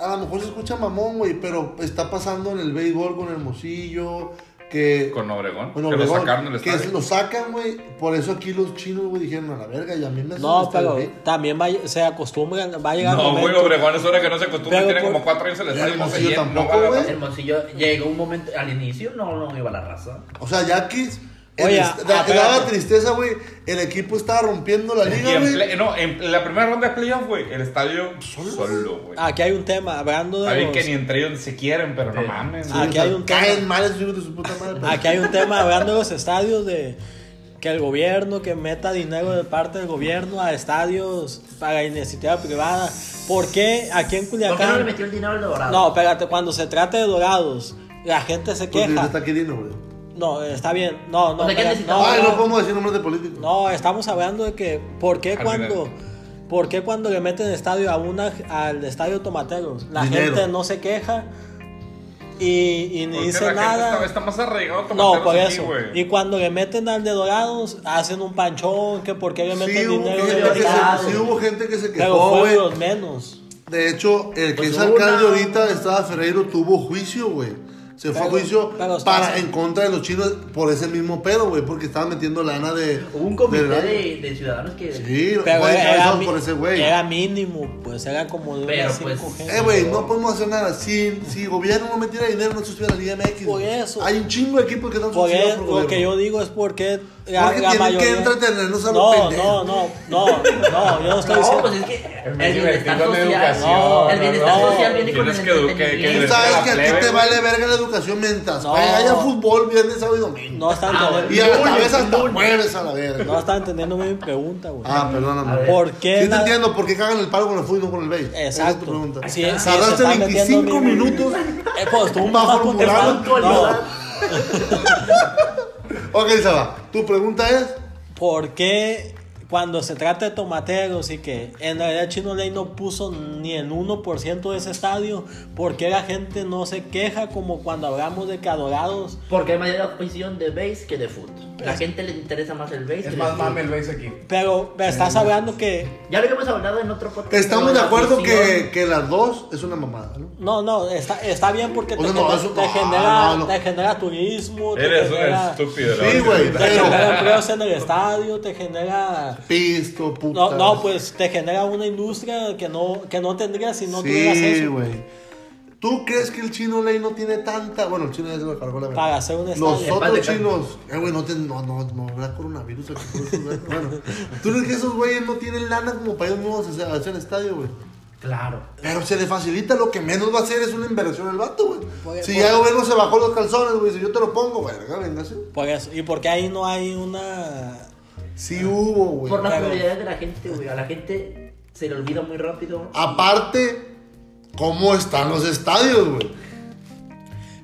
S2: a lo mejor se escucha mamón, güey, pero está pasando en el béisbol con Hermosillo, que...
S1: Con Obregón,
S2: Bueno,
S1: que
S2: Obregón,
S1: lo sacaron del
S2: que
S1: estadio.
S2: es- lo sacan, güey. Por eso aquí los chinos, güey, dijeron a la verga. Y a mí me hace
S3: No,
S2: este,
S3: pero
S2: güey.
S3: también va, a- se acostumbran, va a llegar
S1: No,
S3: un
S1: güey,
S3: momento.
S1: Obregón es hora que no se acostumbra.
S3: Pero
S1: Tiene
S3: por-
S1: como cuatro años en el
S2: Ya
S1: estadio. No se
S2: Hermosillo
S1: llena, no
S2: tampoco,
S1: va a-
S2: güey.
S4: Hermosillo llegó un momento. Al inicio no, no iba la raza.
S2: O sea, ya que.
S3: Oye,
S2: Oye,
S3: ah,
S2: daba
S3: espérate.
S2: tristeza, güey. El equipo estaba rompiendo la
S1: Y
S2: liga,
S1: en
S2: güey.
S1: play- no, en la primera ronda de playoff, güey, el estadio solo, güey.
S3: Aquí hay un tema, hablando
S1: Está
S3: de
S1: bien
S3: los-
S1: que ni entre ellos se quieren, pero no
S4: Sí.
S1: mames.
S3: Ah,
S1: güey.
S3: aquí
S2: O sea,
S3: hay un tema.
S2: Caen mal esos hijos de su puta madre. pero-
S3: Aquí hay un tema hablando de los estadios de que el gobierno que meta dinero de parte del gobierno a estadios para iniciativa privada. ¿Por qué aquí en
S4: ¿Por qué no le
S3: Culiacán?
S4: metió el dinero al Dorado?
S3: No, espérate, cuando se trata de dorados, la gente se
S2: Porque
S3: queja.
S2: pues, está queriendo, güey.
S3: No, está bien. No, no.
S4: O sea, ¿qué
S3: espérate,
S4: necesitaba?
S3: no,
S2: Ay,
S3: no.
S2: no podemos decir nombres de políticos.
S3: No, estamos hablando de que ¿por qué
S1: Al
S3: cuando por qué cuando le meten estadio a una al estadio Tomateros? La
S2: Dinero.
S3: gente no se queja y, y
S1: ¿Por
S3: ni
S1: qué
S3: dice
S1: la gente Está,
S3: nada.
S1: está más arraigado
S3: No,
S1: Tomateros
S3: por
S1: aquí,
S3: eso.
S1: güey.
S3: y cuando le meten al de Dorados, hacen un panchón, que por qué le meten
S2: Sí hubo,
S3: dinero de
S2: gente que
S3: Dorados.
S2: se, sí hubo gente que se
S3: Pero
S2: quejó,
S3: fue
S2: güey.
S3: de los menos.
S2: De hecho, el que
S4: Pues
S2: es
S4: hubo
S2: alcalde
S4: una-
S2: ahorita de Estrada Ferreiro tuvo juicio, güey. Se fue a
S3: Pero-
S2: juicio
S3: pero está-
S2: para en contra de los chinos por ese mismo pedo, güey, porque estaban metiendo lana de.
S4: Hubo un comité
S2: de-
S4: de, de ciudadanos que.
S2: Sí,
S3: Pero
S2: fue
S3: era,
S2: encabezado
S3: mi-
S2: por ese güey.
S3: era mínimo, pues era como de
S4: Pero,
S3: unas cinco
S4: pues,
S3: gentes.
S2: Eh, güey, no podemos hacer nada. Si, si gobierno no metiera dinero, no estuviera la Liga MX.
S3: Por
S2: güey.
S3: eso.
S2: Hay un chingo de equipos que están
S3: Por
S2: subsidiados
S3: eso,
S2: por
S3: lo
S2: gobierno.
S3: que yo digo es porque la,
S2: Porque
S3: la
S2: tienen
S3: mayoría...
S2: que entretenernos a los
S3: no,
S2: pendejos.
S3: no, no, no, no, yo no estoy
S4: No,
S3: diciendo...
S4: pues es que
S5: Es
S4: el
S5: muy
S4: bienestar
S5: divertido la
S4: social.
S5: educación,
S4: no, el
S3: no,
S4: bienestar
S3: no.
S4: social viene con el
S1: Tienes que educar, que-
S4: entretenimiento.
S2: Tú
S1: que-
S2: sabes que
S1: La
S2: a ti te
S1: plebe,
S2: vale verga la educación mientras
S3: No.
S2: vaya haya fútbol viernes, sábado y domingo.
S3: No están,
S4: Ah,
S3: entendiendo-
S2: y a la
S4: Lunes,
S2: cabeza hasta
S4: lunes.
S2: jueves a la verga.
S3: no están entendiendo mi pregunta, güey.
S2: Ah,
S4: A
S2: perdóname.
S4: ver.
S3: ¿Por qué
S2: Sí te
S3: la-
S2: entiendo, ¿por qué cagan el palo con el fútbol y no con el béis? Esa es tu
S3: Exacto.
S2: pregunta.
S3: Sí, sí, se
S2: Tardaste
S3: están metiendo
S2: 25
S3: mi-
S2: minutos.
S3: Eh, pues tú
S2: Va
S3: más porque
S2: formulado.
S3: fal- no.
S2: ok, Saba, tu pregunta es...
S3: ¿Por qué cuando se trata de tomateros y que en realidad Chino Ley no puso ni el 1% de ese estadio, ¿por qué la gente no se queja como cuando hablamos de que adorados?
S4: Porque hay mayor afición de base que de foot. La gente le interesa más el base. que
S5: Es
S4: el
S5: más
S4: fut.
S5: mame el base aquí.
S3: Pero me estás hablando que...
S4: Ya lo habíamos hablado en otro podcast.
S2: Estamos
S4: pero
S2: de
S4: la
S2: acuerdo que,
S4: afición-
S2: que las dos es una mamada, ¿no?
S3: No, no, está, está bien porque te,
S2: Oye, no,
S3: gener-
S2: eso-
S3: te
S2: no,
S3: genera,
S2: no, no.
S3: te genera turismo, te
S1: Eres un
S3: genera,
S1: estúpido. la
S2: Sí,
S1: verdad.
S2: güey,
S3: te
S2: pero...
S3: genera empleos en el estadio, te genera...
S2: Pisto, puta.
S3: No, pues, no, pues te genera una industria que no, que no tendría si no tuvieras
S2: Sí,
S3: eso.
S2: güey. ¿Tú crees que el chino ley no tiene tanta? Bueno, el chino ya se lo cargó la verdad.
S3: Para hacer un estadio.
S2: Los
S4: Paz de
S2: otros
S4: campo.
S2: chinos, eh, güey, no, te- no, no, no habrá coronavirus aquí por eso, güey. Bueno, tú crees que esos güeyes no tienen lana como para ellos mismos hacer, hacer estadio, güey.
S4: Claro.
S2: Pero se le facilita, lo que menos va a hacer es una inversión al vato, güey.
S3: Porque-
S2: Si
S3: porque-
S2: ya el gobierno se bajó los calzones, güey, si yo te lo pongo, güey, acá, venga, sí.
S3: Por eso. ¿Y por qué ahí no hay una.
S2: Sí hubo, güey.
S4: Por las
S3: Claro.
S4: prioridades de la gente, güey. A la gente se le olvida muy rápido.
S2: Aparte, ¿cómo están los estadios, güey?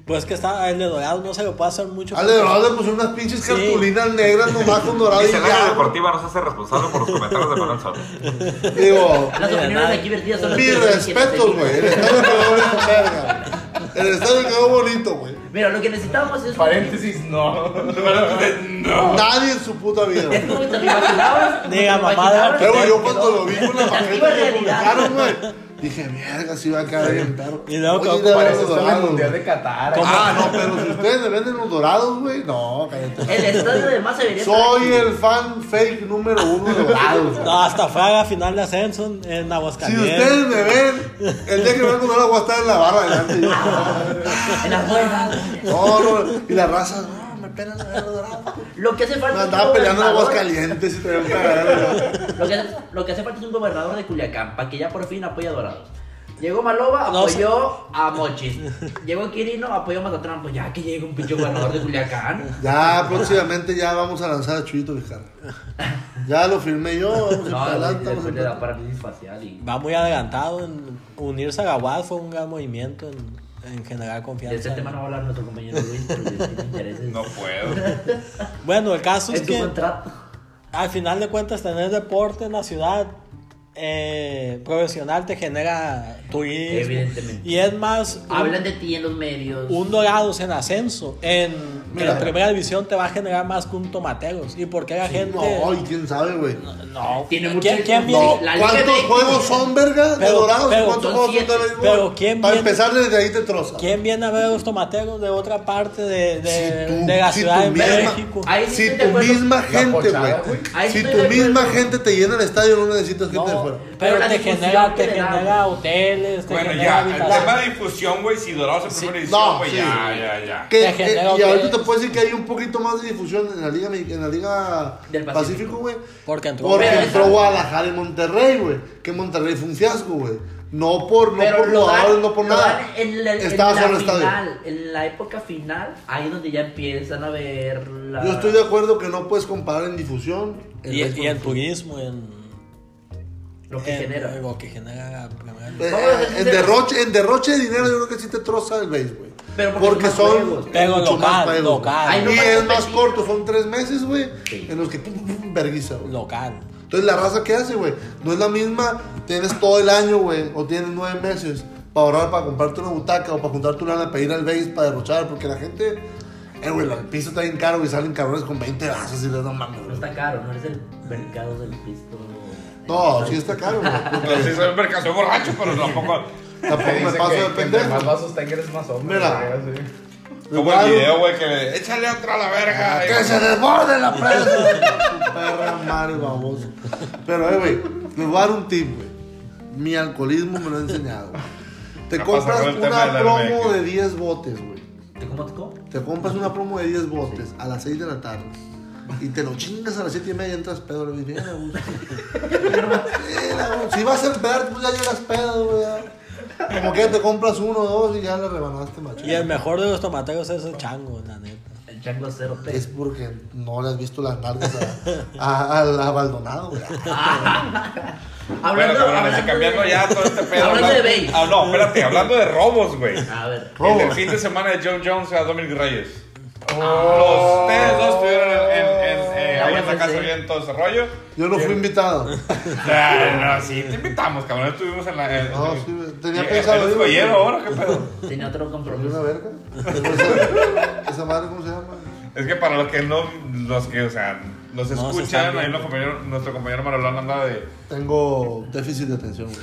S3: Pues que está el de Dorado, no se lo puede hacer mucho.
S2: Al de Dorado le pusieron unas pinches
S3: Sí.
S2: cartulinas negras nomás con dorado y
S6: Dice la
S2: ya.
S6: deportiva no se hace responsable por los comentarios de Manuel Soto.
S2: güey. Digo,
S4: Las
S3: Mira,
S4: opiniones
S3: nada.
S4: aquí vertidas son las
S2: mis
S4: prioridades que
S2: respetos,
S4: necesitan.
S2: güey. El estadio quedó bien con verga. güey. El estadio quedó bonito, güey.
S4: Mira, lo que necesitamos es.
S5: Paréntesis, no.
S2: Nadie en su puta vida.
S4: Es
S2: güey.
S4: como te lo imaginabas. como
S3: Diga,
S4: te
S3: mamada.
S4: imaginabas,
S2: Pero yo
S4: quedó-
S2: cuando lo vi con la
S4: Arriba
S2: maqueta que
S4: realidad.
S2: publicaron, güey, dije, mierda, si va a quedar bien perro.
S3: Y luego
S2: Oye,
S3: quedó
S2: mira,
S3: como
S5: Parece
S2: los
S5: estar en el
S2: dorados,
S5: Mundial
S2: güey.
S5: de Qatar.
S2: Ah, no, pero si ustedes me venden los dorados, güey, no, cállate.
S4: El estadio de más debería estar
S2: Soy
S4: aquí.
S2: el fan fake número uno de dorados, güey.
S3: No, hasta fue a la final de ascenso en
S2: Si
S3: Aguascalientes.
S2: ustedes me ven, el día que vengo no la voy a estar en la barra delante.
S4: En las buenas.
S2: No, no, y la raza, no, me pelan la verga dorada.
S4: Lo que hace falta.
S2: Me
S4: es un
S2: andaba peleando en aguas
S4: gobernador.
S2: calientes y traía un cagadero.
S4: Lo que, hace, lo que hace falta es un gobernador de Culiacán para que ya por fin apoye a Dorados. Llegó Maloba,
S3: No,
S4: apoyó a Mochis. Llegó Quirino, apoyó a Mazatlán. Pues ya que llegue un pinche gobernador de Culiacán.
S2: Ya, próximamente ya vamos a lanzar a Chuyito Vizcarra. Ya lo firmé yo, vamos
S4: No,
S2: a
S4: después
S2: adelante, vamos
S4: después le da
S2: a
S4: parálisis facial y.
S3: Va muy adelantado. En unirse a Gawad fue un gran movimiento en, en generar
S4: De este
S3: confianza.
S4: tema no va a hablar nuestro compañero Luis porque tiene intereses.
S1: No puedo.
S3: Bueno, el caso es
S4: Es tu
S3: que
S4: contrato.
S3: al final de cuentas tener deporte en la ciudad eh, profesional te genera turismo.
S4: Evidentemente.
S3: Y es más, un-
S4: Hablan de ti en los medios.
S3: un Dorados en ascenso, en,
S2: Mira.
S3: en primera división te va a generar más que un Tomateros. ¿Y por qué la gente...?
S2: No, y quién sabe, güey.
S3: No,
S4: Tiene
S3: ¿quién-
S4: mucho-
S3: ¿quién viene?
S2: No,
S4: La Liga
S2: ¿cuántos
S4: MX.
S2: juegos son, verga? De
S3: Pero-
S2: dorados,
S3: pero
S2: ¿cuántos
S4: son
S2: juegos son
S4: siete.
S2: de béisbol?
S3: Pero ¿quién
S2: Para
S3: viene?
S2: empezar desde ahí te troza.
S3: ¿Quién viene a ver a los tomateros de otra parte de, de-
S2: Si tú-
S3: de la
S2: si
S3: Ciudad de
S2: tú misma-
S3: México?
S4: Ahí sí
S2: Si
S4: estoy de
S2: tu
S4: acuerdo.
S2: misma gente,
S5: pochada,
S2: güey.
S5: güey.
S4: Ahí
S2: Si
S4: estoy
S2: tu
S4: de acuerdo.
S2: misma gente te llena el estadio, no necesitas gente
S3: No,
S2: de fuera.
S4: Pero
S3: pero
S4: la
S3: te
S4: difusión
S3: genera,
S4: que
S3: te
S4: le da,
S3: genera hoteles, te
S1: Bueno,
S3: genera
S1: ya, el tema
S3: habitaciones.
S1: de difusión, güey, si Dorados en primera división,
S2: No,
S1: güey,
S2: sí.
S1: ya, ya, ya.
S2: Que-
S3: Te genera
S2: que- y ahorita
S3: hoteles.
S2: te puedo decir que hay un poquito más de difusión en la Liga, Mex- en la Liga
S4: Del Pacífico.
S2: Pacífico, güey.
S3: Porque entró
S2: Porque
S4: Pero
S2: entró
S4: esa-
S2: Guadalajara y Monterrey, güey. Que Monterrey fue un fiasco, güey. No por, no
S4: Pero
S2: por
S4: lo dan-
S2: jugadores, no por
S4: lo
S2: nada.
S4: dan En la, en
S2: Estaba
S4: la
S2: solo el estadio.
S4: final, en la época final, ahí es donde ya empiezan a ver la...
S2: Yo estoy de acuerdo que no puedes comparar en difusión. el
S3: y,
S2: béisbol.
S3: y en turismo, en...
S4: lo que
S3: en
S4: genera.
S3: Lo que genera la primera
S2: Eh,
S4: Vamos a decir
S2: eh,
S4: de-
S2: en, derroche, en derroche de dinero, yo creo que sí te troza el béisbol, güey.
S4: Pero porque son más juegos.
S2: es
S3: Pero
S2: mucho
S3: local,
S2: juegos, güey.
S3: local.
S4: Ay, no
S2: y
S4: más
S2: es más
S4: competir.
S2: corto, son tres meses, güey.
S4: Sí.
S2: En los que pum, pum, pum, verguiza, güey.
S3: local.
S2: Entonces la raza que hace, güey, no es la misma, tienes todo el año, güey, o tienes nueve meses para ahorrar, para comprarte una butaca o para juntar tu lana, para ir al base, para derrochar, porque la gente, eh, güey, el piso está bien caro y salen cabrones con 20 vasos y les dan mames,
S4: No
S2: güey.
S4: está caro, no es el mercado del pisto.
S2: No, sí está caro, güey.
S1: Entonces sí soy mercancía borracho, pero tampoco.
S5: Te
S2: Tampoco me
S5: dicen
S2: paso
S5: que-
S2: de
S5: que entre más
S2: pendejo.
S5: vasos te eres más hombre.
S2: Mira.
S5: güey, así.
S1: Como el video, güey, que le. Échale otra a la verga.
S2: Ah, Que se desborde la presa. Tu Perra madre baboso. Pero, eh, güey, les voy a dar un tip, güey. Mi alcoholismo me lo ha enseñado. güey. Te
S1: Ya
S2: compras
S1: pasó el tema
S2: una
S1: de la
S2: promo
S1: alberca.
S2: de 10 botes, güey.
S4: ¿Te cómo te como?
S2: Te compras una promo de 10 botes a las 6 de la tarde. Y te lo chingas a las 7 y media y entras pedo. Le dije, "Era, güey". Era, güey. Si vas a empedar, pues ya llegas pedo, güey. ya. Como que te compras uno o dos y ya le rebanaste, macho.
S3: Y el mejor de los tomateros es el chango, la neta.
S4: El chango cero
S2: Es
S4: pesos.
S2: porque no le has visto las nalgas a, a, a- a Maldonado, güey.
S1: Bueno, cabrones, y
S4: hablando
S1: cambiando
S4: de-
S1: ya todo este pedo.
S4: Hablando de base.
S1: Ah, no, espérate, hablando de robos, güey.
S4: A ver.
S1: El del
S2: Robos.
S1: fin de semana de John Jones a Dominic Reyes.
S2: Oh.
S1: Los ustedes dos estuvieron en, en, en, eh,
S2: Ah,
S4: La
S1: ahí en la
S4: UFC.
S1: casa viendo todo ese rollo.
S2: Yo no fui invitado.
S1: Ah, no, sí, te invitamos, cabrón. Estuvimos en la. en-
S2: No,
S1: en-
S2: sí, güey. Tenía
S1: Eh,
S2: pensado
S1: ¿Eres
S2: ir, güey.
S1: joyero ahora? ¿Qué pedo?
S4: Tenía
S2: ¿Tenía
S4: otro
S2: una
S4: compromiso.
S2: verga? ¿Esa, esa madre cómo se llama?
S1: Es que para los que no, los que, o sea, nos
S3: No, se
S1: escuchan,
S3: están
S1: ahí
S3: viendo.
S1: los compañeros- nuestro compañero Marolán anda de...
S2: Tengo déficit de atención, güey.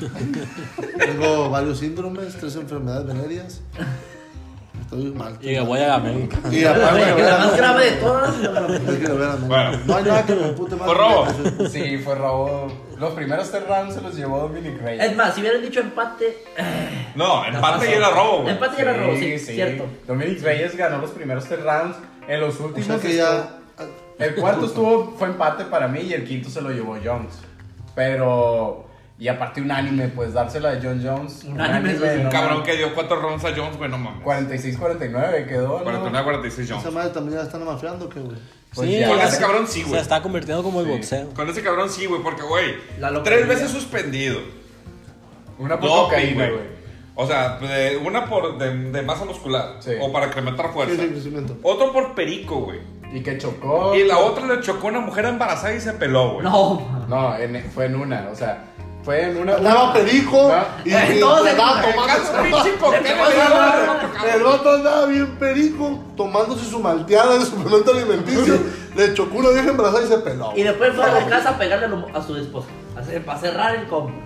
S2: Tengo varios síndromes, tres enfermedades venéreas. Estoy mal.
S3: Y que voy a la América.
S2: Y
S4: La
S2: aparte, güey,
S4: más grave de todas.
S2: hay que ver a México.
S1: Bueno.
S2: No hay nada que me pute más.
S1: Por robo.
S5: Sí, fue robo. Los primeros tres rounds se los llevó Dominic Reyes.
S4: Es más, si hubieran dicho empate,
S1: No, empate y era robo, güey.
S4: Empate y era robo, sí, cierto.
S5: Dominic Reyes ganó los primeros tres rounds. En los
S2: O
S5: últimos.
S2: sea que ya.
S5: El cuarto estuvo, fue empate para mí y el quinto se lo llevó Jones. Pero. Y aparte unánime, pues dársela de John Jones.
S4: Unánime, sí.
S5: no,
S1: Cabrón que dio cuatro rounds a Jones, güey, no mames.
S5: 46-49 quedó. ¿no?
S1: 49-46
S2: Esa
S1: Jones.
S2: madre también ya están mafiando, que güey.
S5: Pues
S3: sí,
S5: ya.
S1: Con
S3: ya
S1: ese
S3: se-
S1: cabrón sí, güey.
S3: Se está convirtiendo como el
S5: Sí.
S3: boxeo.
S1: Con ese cabrón sí, güey, porque, güey,
S4: La locura.
S1: tres veces suspendido.
S5: Una por
S1: Doping,
S5: cocaína,
S1: güey.
S5: güey.
S1: O sea, de- una por de, de masa muscular
S5: Sí.
S1: o para incrementar fuerza.
S2: Sí, sí, crecimiento.
S1: Otro por perico, güey.
S5: Y que chocó.
S1: Y la otra le chocó a una mujer embarazada y se peló, güey.
S4: No,
S5: No, en- fue en una, o sea, fue en una.
S2: Andaba perico
S5: Ah.
S2: y
S4: Eh,
S2: y
S4: todos en-
S2: andaba
S1: Me
S2: tomando
S1: cago en pinche cóctel,
S4: Te
S1: me
S4: vas a
S1: cago en
S4: dar-
S1: la ropa, cabrón.
S2: El vato andaba bien perico, tomándose su malteada de suplemento alimenticio. le chocó una vieja embarazada y se peló.
S4: y después fue a la
S2: No,
S4: casa a pegarle a lo- a su esposa. a hacer- Para cerrar el combo.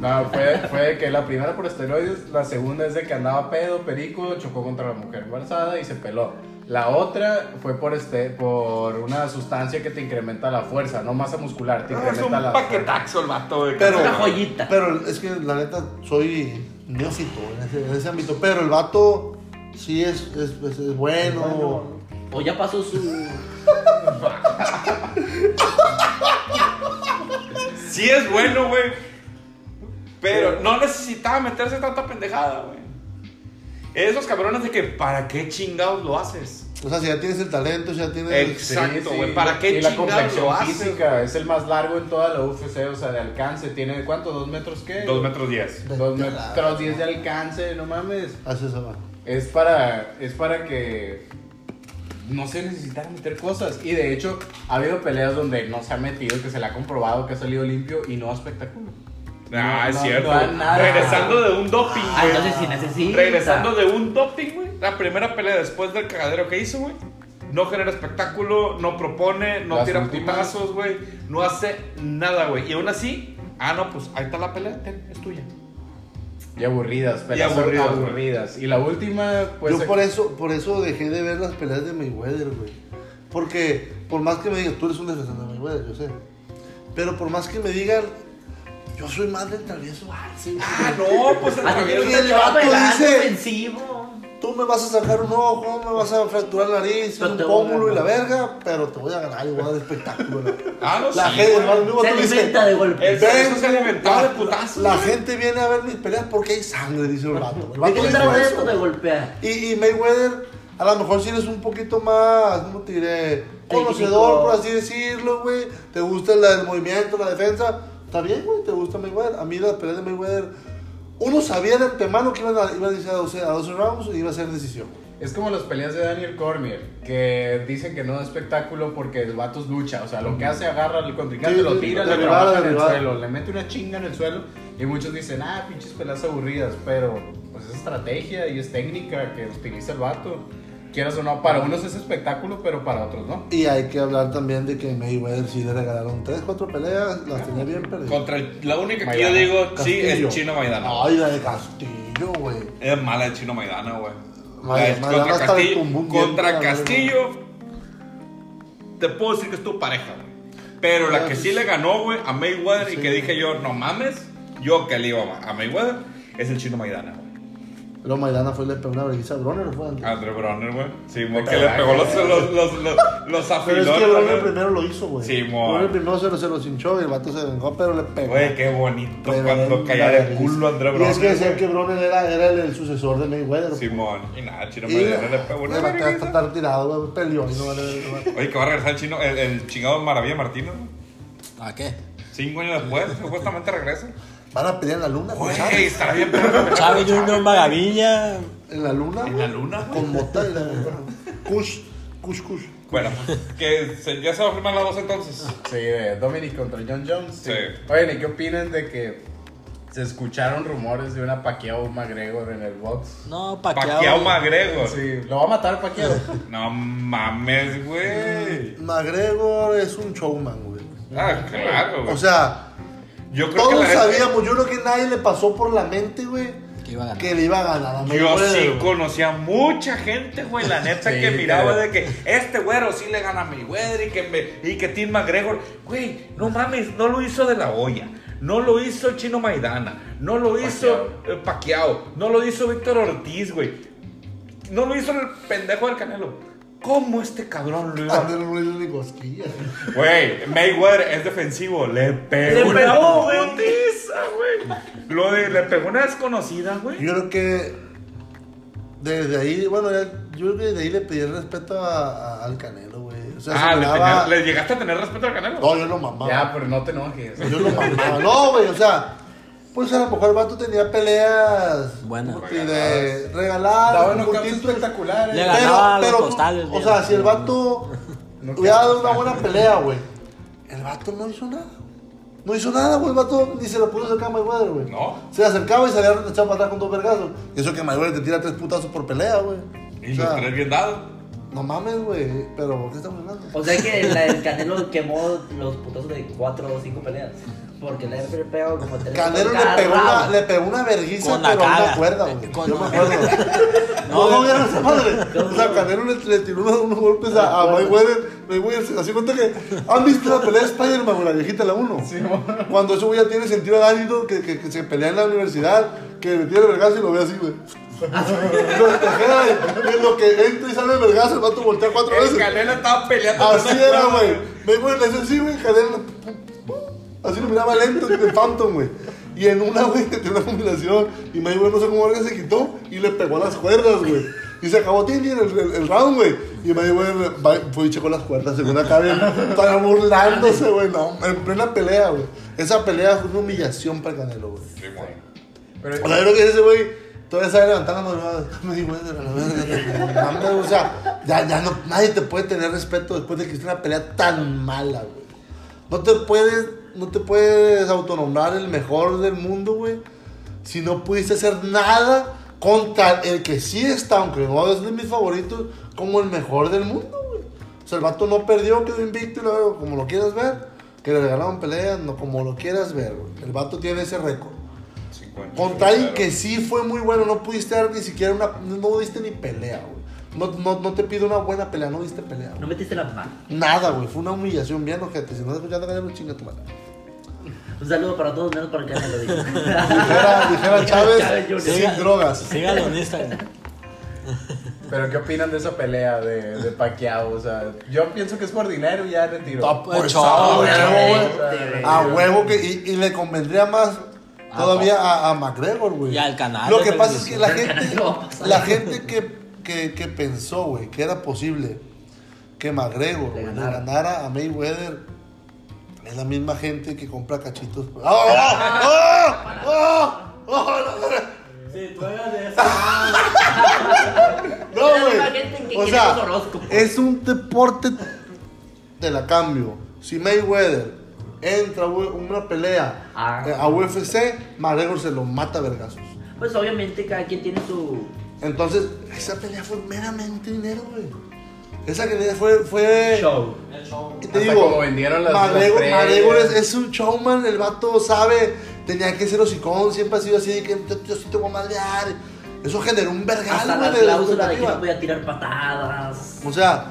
S5: No, fue, fue que la primera por esteroides, la segunda es de que andaba pedo, perico, chocó contra la mujer embarazada y se peló. La otra fue por este, por una sustancia que te incrementa la fuerza, no masa muscular, te
S1: Ah, es un
S5: incrementa la
S1: paquetaxo el vato, güey.
S2: Pero-
S4: Una joyita.
S2: Pero es que la neta soy neófito en ese, en ese ámbito. Pero el vato sí es, es, es- es bueno.
S4: O ya pasó su.
S1: Sí es bueno, güey. Pero no necesitaba meterse tanta pendejada, güey. Esos cabrones de que, ¿para qué chingados lo haces?
S2: O sea, si ya tienes el talento, si ya tienes.
S1: Ex- Exacto, güey, ¿para qué
S5: Y la
S1: chingados lo
S5: complexión
S1: haces,
S5: física es el más largo en toda la UFC, o sea, de alcance. ¿Tiene cuánto? ¿Dos metros qué?
S1: Dos metros diez.
S5: Dos metros diez de alcance, no mames.
S2: Haces eso, va.
S5: Es para, es para que no se necesitan meter cosas. Y de hecho, ha habido peleas donde no se ha metido, que se le ha comprobado que ha salido limpio y no da espectáculo.
S1: Ah,
S5: No,
S1: es
S5: no,
S1: cierto.
S5: no,
S1: güey.
S5: nada.
S1: Regresando de un doping,
S4: Ah,
S1: güey.
S4: entonces sí necesita.
S1: Regresando de un doping, güey. La primera pelea después del cagadero que hizo, güey. No genera espectáculo, no propone, no
S5: Las
S1: tira
S5: últimas.
S1: putazos, güey. No hace nada, güey. Y aún así, ah, no, pues ahí está la pelea, ten, es tuya.
S5: Y aburridas, peleas
S1: aburridas,
S5: aburridas.
S1: güey.
S5: Y la última, pues.
S2: Yo por eso, por eso dejé de ver las peleas de Mayweather, güey. Porque por más que me digan, tú eres un defensor de Mayweather, yo sé. Pero por más que me digan, yo soy más del travieso Arce, güey.
S1: Ah, no, pues el
S4: Ah,
S1: Javier
S2: sí,
S1: te
S2: el
S1: lleva
S2: vato
S4: Bailar,
S2: dice-
S4: ofensivo.
S2: Tú me vas a sacar un ojo, me vas a fracturar la nariz,
S4: Pero
S2: un
S4: te voy a
S2: pómulo y la
S4: ganar.
S2: verga, pero te voy a ganar y voy a dar espectáculo. güey.
S1: Ah, no,
S2: La
S1: sí,
S2: gente,
S1: güey.
S2: el mismo
S4: Se
S2: tú dices,
S4: alimenta de golpe.
S1: El cerezo se alimentaba de putazos.
S2: La
S1: güey.
S2: gente viene a ver mis peleas porque hay sangre, dice el vato. El
S4: ¿De
S2: vato
S4: qué
S2: dijo
S4: trata
S2: eso,
S4: esto de golpear?
S2: Y, y Mayweather, a lo mejor si eres un poquito más, ¿cómo te diré? Conocedor,
S4: Técnico.
S2: por así decirlo, güey. Te gusta la- el movimiento, la defensa. Está bien, güey, te gusta Mayweather. A mí las peleas de Mayweather, uno sabía de antemano que iban a, iban a irse a 12, a 12 rounds y iba a ser decisión.
S5: Es como las peleas de Daniel Cormier, que dicen que no da espectáculo porque el vato es lucha. O sea, lo que hace, agarra al contrincante,
S2: Sí,
S5: lo
S2: sí,
S5: tira,
S2: la
S5: le
S2: derribada,
S5: trabaja en el
S2: derribada.
S5: suelo, le mete una chinga en el suelo. Y muchos dicen, ah, pinches peleas aburridas. Pero, pues es estrategia y es técnica que utiliza el vato. Quieras o no, para unos es espectáculo, pero para otros no.
S2: Y hay que hablar también de que Mayweather sí le regalaron 3, 4 peleas, las tenía bien perdidas.
S1: Contra el- la única que yo
S5: Maidana.
S1: digo, sí,
S2: Castillo.
S1: es Chino Maidana.
S2: Ay, la de Castillo, güey.
S1: Es mala de Chino Maidana, güey.
S2: Madre-
S1: Eh,
S2: Maidana
S1: contra
S2: hasta le
S1: Castillo,
S2: tumbó un
S1: contra
S2: diente a la
S1: Castillo te puedo decir que es tu pareja, güey. Pero la
S2: Ah,
S1: que sí
S2: pues-
S1: le ganó, güey, a Mayweather y
S2: Sí.
S1: que dije yo, no mames, yo que le iba a Mayweather, es el Chino Maidana, güey.
S2: Pero Maidana fue y le pegó una vergüenza a Broner, fue antes.
S1: Andre Bronner, güey. Sí, mo, que le pegó los, los, los, los, los
S2: Pero es
S1: afilones,
S2: que
S1: güey.
S2: Broner primero lo hizo, güey.
S1: Sí, mo.
S2: Broner primero se lo, se lo cinchó y el vato se vengó, pero le pegó.
S1: Güey, qué bonito
S2: Pero
S1: cuando
S2: él,
S1: caía
S2: la
S1: de culo André
S2: Y
S1: Bronner.
S2: es que decían
S1: güey.
S2: que Broner era, era el, el sucesor de Mayweather.
S1: Simón, y nada, Chino
S2: y
S1: Maidana le pegó una
S2: el vato hasta
S1: vergüenza.
S2: está retirado, güey, peleó. y no vale- no vale.
S1: Oye, que va a regresar el chino, el, el chingado Maravilla Martino, güey.
S3: ¿A qué?
S1: Cinco años después, supuestamente regresa.
S2: Van a pelear en la luna, con
S1: Güey,
S2: Chávez.
S1: está bien, pero.
S3: Chávez Junior Maravilla.
S2: En la luna.
S1: En
S2: güey.
S1: la luna, güey.
S2: Con Mota y la Kush, Kush, Kush.
S1: Bueno, que se- ya se va a firmar la voz entonces.
S5: Sí, de Dominic contra John Jones.
S1: Sí.
S5: Oigan, ¿y qué opinan de que se escucharon rumores de una Pacquiao McGregor en el box?
S3: No,
S1: Paquiao
S3: Paquiao.
S1: Magrego.
S5: Sí, lo va a matar Pacquiao.
S1: No mames, güey.
S2: Mm, McGregor es un showman, güey.
S1: Ah, claro, güey.
S2: O sea,
S1: yo creo que
S2: todos
S1: la neta-
S2: sabíamos, yo creo que nadie le pasó por la mente, güey,
S3: Que iba a ganar.
S2: que le iba a ganar a
S1: Yo
S2: Mayweather,
S1: sí
S2: güey.
S1: conocía mucha gente, güey, la neta
S5: Sí,
S1: que miraba
S5: claro.
S1: de que este güero sí le gana a mi güero y que, me, y que Tim McGregor, güey, no mames, no lo hizo de la olla. No lo hizo el chino Maidana. No lo hizo eh, Paquiao. No lo hizo Víctor Ortiz, güey. No lo hizo el pendejo del Canelo. ¿Cómo este cabrón lo iba a
S2: Andrés Ruiz ni cosquillas.
S1: Güey, Mayweather es defensivo. Le pegó.
S4: Le
S1: una
S4: pegó, güey.
S1: putiza, güey. Lo de le pegó una desconocida, güey.
S2: Yo creo que desde ahí, bueno, ya- yo creo que desde ahí le pedí el respeto a- a- al Canelo, güey. O sea,
S1: Ah,
S2: se
S1: le,
S2: miraba-
S1: tenía- le llegaste a tener respeto al Canelo.
S2: No, yo lo mamaba.
S5: Ya, pero no te enojes.
S2: Yo lo mamaba. No, güey, o sea, pues a lo mejor el vato tenía peleas.
S3: Buenas.
S2: y de regaladas.
S5: Daba unos
S2: puntitos.
S5: cambios espectaculares.
S3: Le ganaba los
S2: tú-
S3: costales,
S2: O
S3: bien.
S2: sea, si el vato
S5: No
S2: hubiera
S5: creo.
S2: dado una buena pelea, güey. El vato no hizo nada. No hizo nada, güey. El vato ni se lo pudo acercar a Mayweather, güey.
S1: No.
S2: Se le acercaba y salía echado para atrás con dos vergazos. Y eso que Mayweather te tira tres putazos por pelea, güey.
S1: Y
S2: O
S1: los tres
S2: sea,
S1: bien dados.
S2: no mames, güey. Pero, ¿por qué estamos hablando?
S4: O sea que la del Canelo quemó los putazos de 4 o 5 peleas. Porque le he pegado como 3
S2: Canelo le pegó, una, le pegó una verguiza,
S3: Con la
S2: pero no me
S3: cara.
S2: acuerdo, güey.
S3: Con-
S2: Yo me acuerdo. No, no vieron esa madre. O sea, Canelo le, le tiró unos, unos golpes a, a Mayweather. Mayweather se así cuenta que. ¿Han visto la pelea de Spider-Man, güey, la viejita, la 1?
S5: Sí, mo-
S2: Cuando eso güey ya tiene sentido arácnido, que, que, que se pelea en la universidad, que le tira el vergazo y lo ve así, güey. lo despejea y en lo que entra y sale el vergazo, el vato voltea cuatro
S1: El
S2: veces.
S1: Canelo estaba peleando. con
S2: Así
S1: una
S2: Ah, era,
S1: cuerda,
S2: güey. Mayweather le hace así, güey, Canelo. Así lo miraba lento, de Phantom, güey. Y en una, güey, que tiene una combinación. Y Mayweather no sé cómo verga se quitó y le pegó a las cuerdas, güey. Y se acabó tin, tin, el, el- el round, güey. Y Mayweather va- fue y checó las cuerdas, según acá, bien, para burlándose, güey. No, en plena pelea, güey. Esa pelea fue una humillación para Canelo, güey.
S1: Sí, güey.
S5: pero-
S2: O sea, yo creo que ese güey todavía sabe levantar la madrugada. Me di cuenta, la verga. Mames, O sea, ya, ya no, nadie te puede tener respeto después de que hiciste una pelea tan mala, güey. No te puedes, no te puedes autonombrar el mejor del mundo, güey. Si no pudiste hacer nada contra el que sí está, aunque no es de mis favoritos, como el mejor del mundo, güey. O sea, el vato no perdió, quedó invicto y luego, como lo quieras ver, que le regalaron peleas, no como lo quieras ver, güey. El vato tiene ese récord.
S1: 50.
S2: Con tal que sí fue muy bueno, no pudiste dar ni siquiera una. No diste ni pelea, güey. No, no, no te pido una buena pelea, no diste pelea. güey.
S4: No metiste la mano.
S2: Nada, güey. Fue una humillación bien, ojete. Si no pues estás escuchando, cállate, chinga tu madre.
S4: Un saludo para todos, menos para el Canelo. digo.
S2: Dijera, dijera Chávez,
S4: Jr.
S2: sin drogas.
S3: Síganlo en Instagram.
S5: Pero ¿qué opinan de esa pelea de, de Pacquiao? O sea, yo pienso que es por dinero y ya retiro.
S2: Top
S3: Pues,
S2: pesado,
S3: chao,
S2: güey.
S4: obviamente, güey.
S2: A huevo que. Y, y le convendría más. Todavía a, a McGregor, güey.
S3: Y al canal
S2: Lo
S3: de
S2: que pasa es que la
S4: televisión.
S2: gente.
S4: No va a pasar.
S2: La gente que, que, que pensó, güey, que era posible que McGregor
S4: Le
S2: güey, le
S4: ganara.
S2: ganara a Mayweather. Es la misma gente que compra cachitos. ¡Ah! ¡Ah! ¡Ah! ¡Ah! ¡La verga!
S3: Sí, tú eras de esa.
S2: No,
S4: Era la misma gente
S2: güey.
S4: que
S2: O
S4: quiere
S2: sea,
S4: los horóscopos.
S2: es un deporte. Te la cambio. Si Mayweather entra a u- E, una pelea
S4: Ah.
S2: eh, a UFC, McGregor se lo mata a vergazos.
S4: Pues obviamente cada quien tiene su.
S2: Entonces, esa pelea fue meramente dinero, güey. Esa pelea fue. fue
S4: Show.
S2: y te
S5: Hasta
S2: digo,
S5: como vendieron las- las
S2: Madego,
S5: tres.
S2: Madego es, es un showman, el vato sabe, tenía que ser hocicón, siempre ha sido así, de que yo, yo sí te voy a madrear. Eso generó un
S4: Hasta
S2: vergal,
S4: la
S2: güey, de
S4: cláusula de que no
S2: expectativa.
S4: podía tirar patadas.
S2: O sea,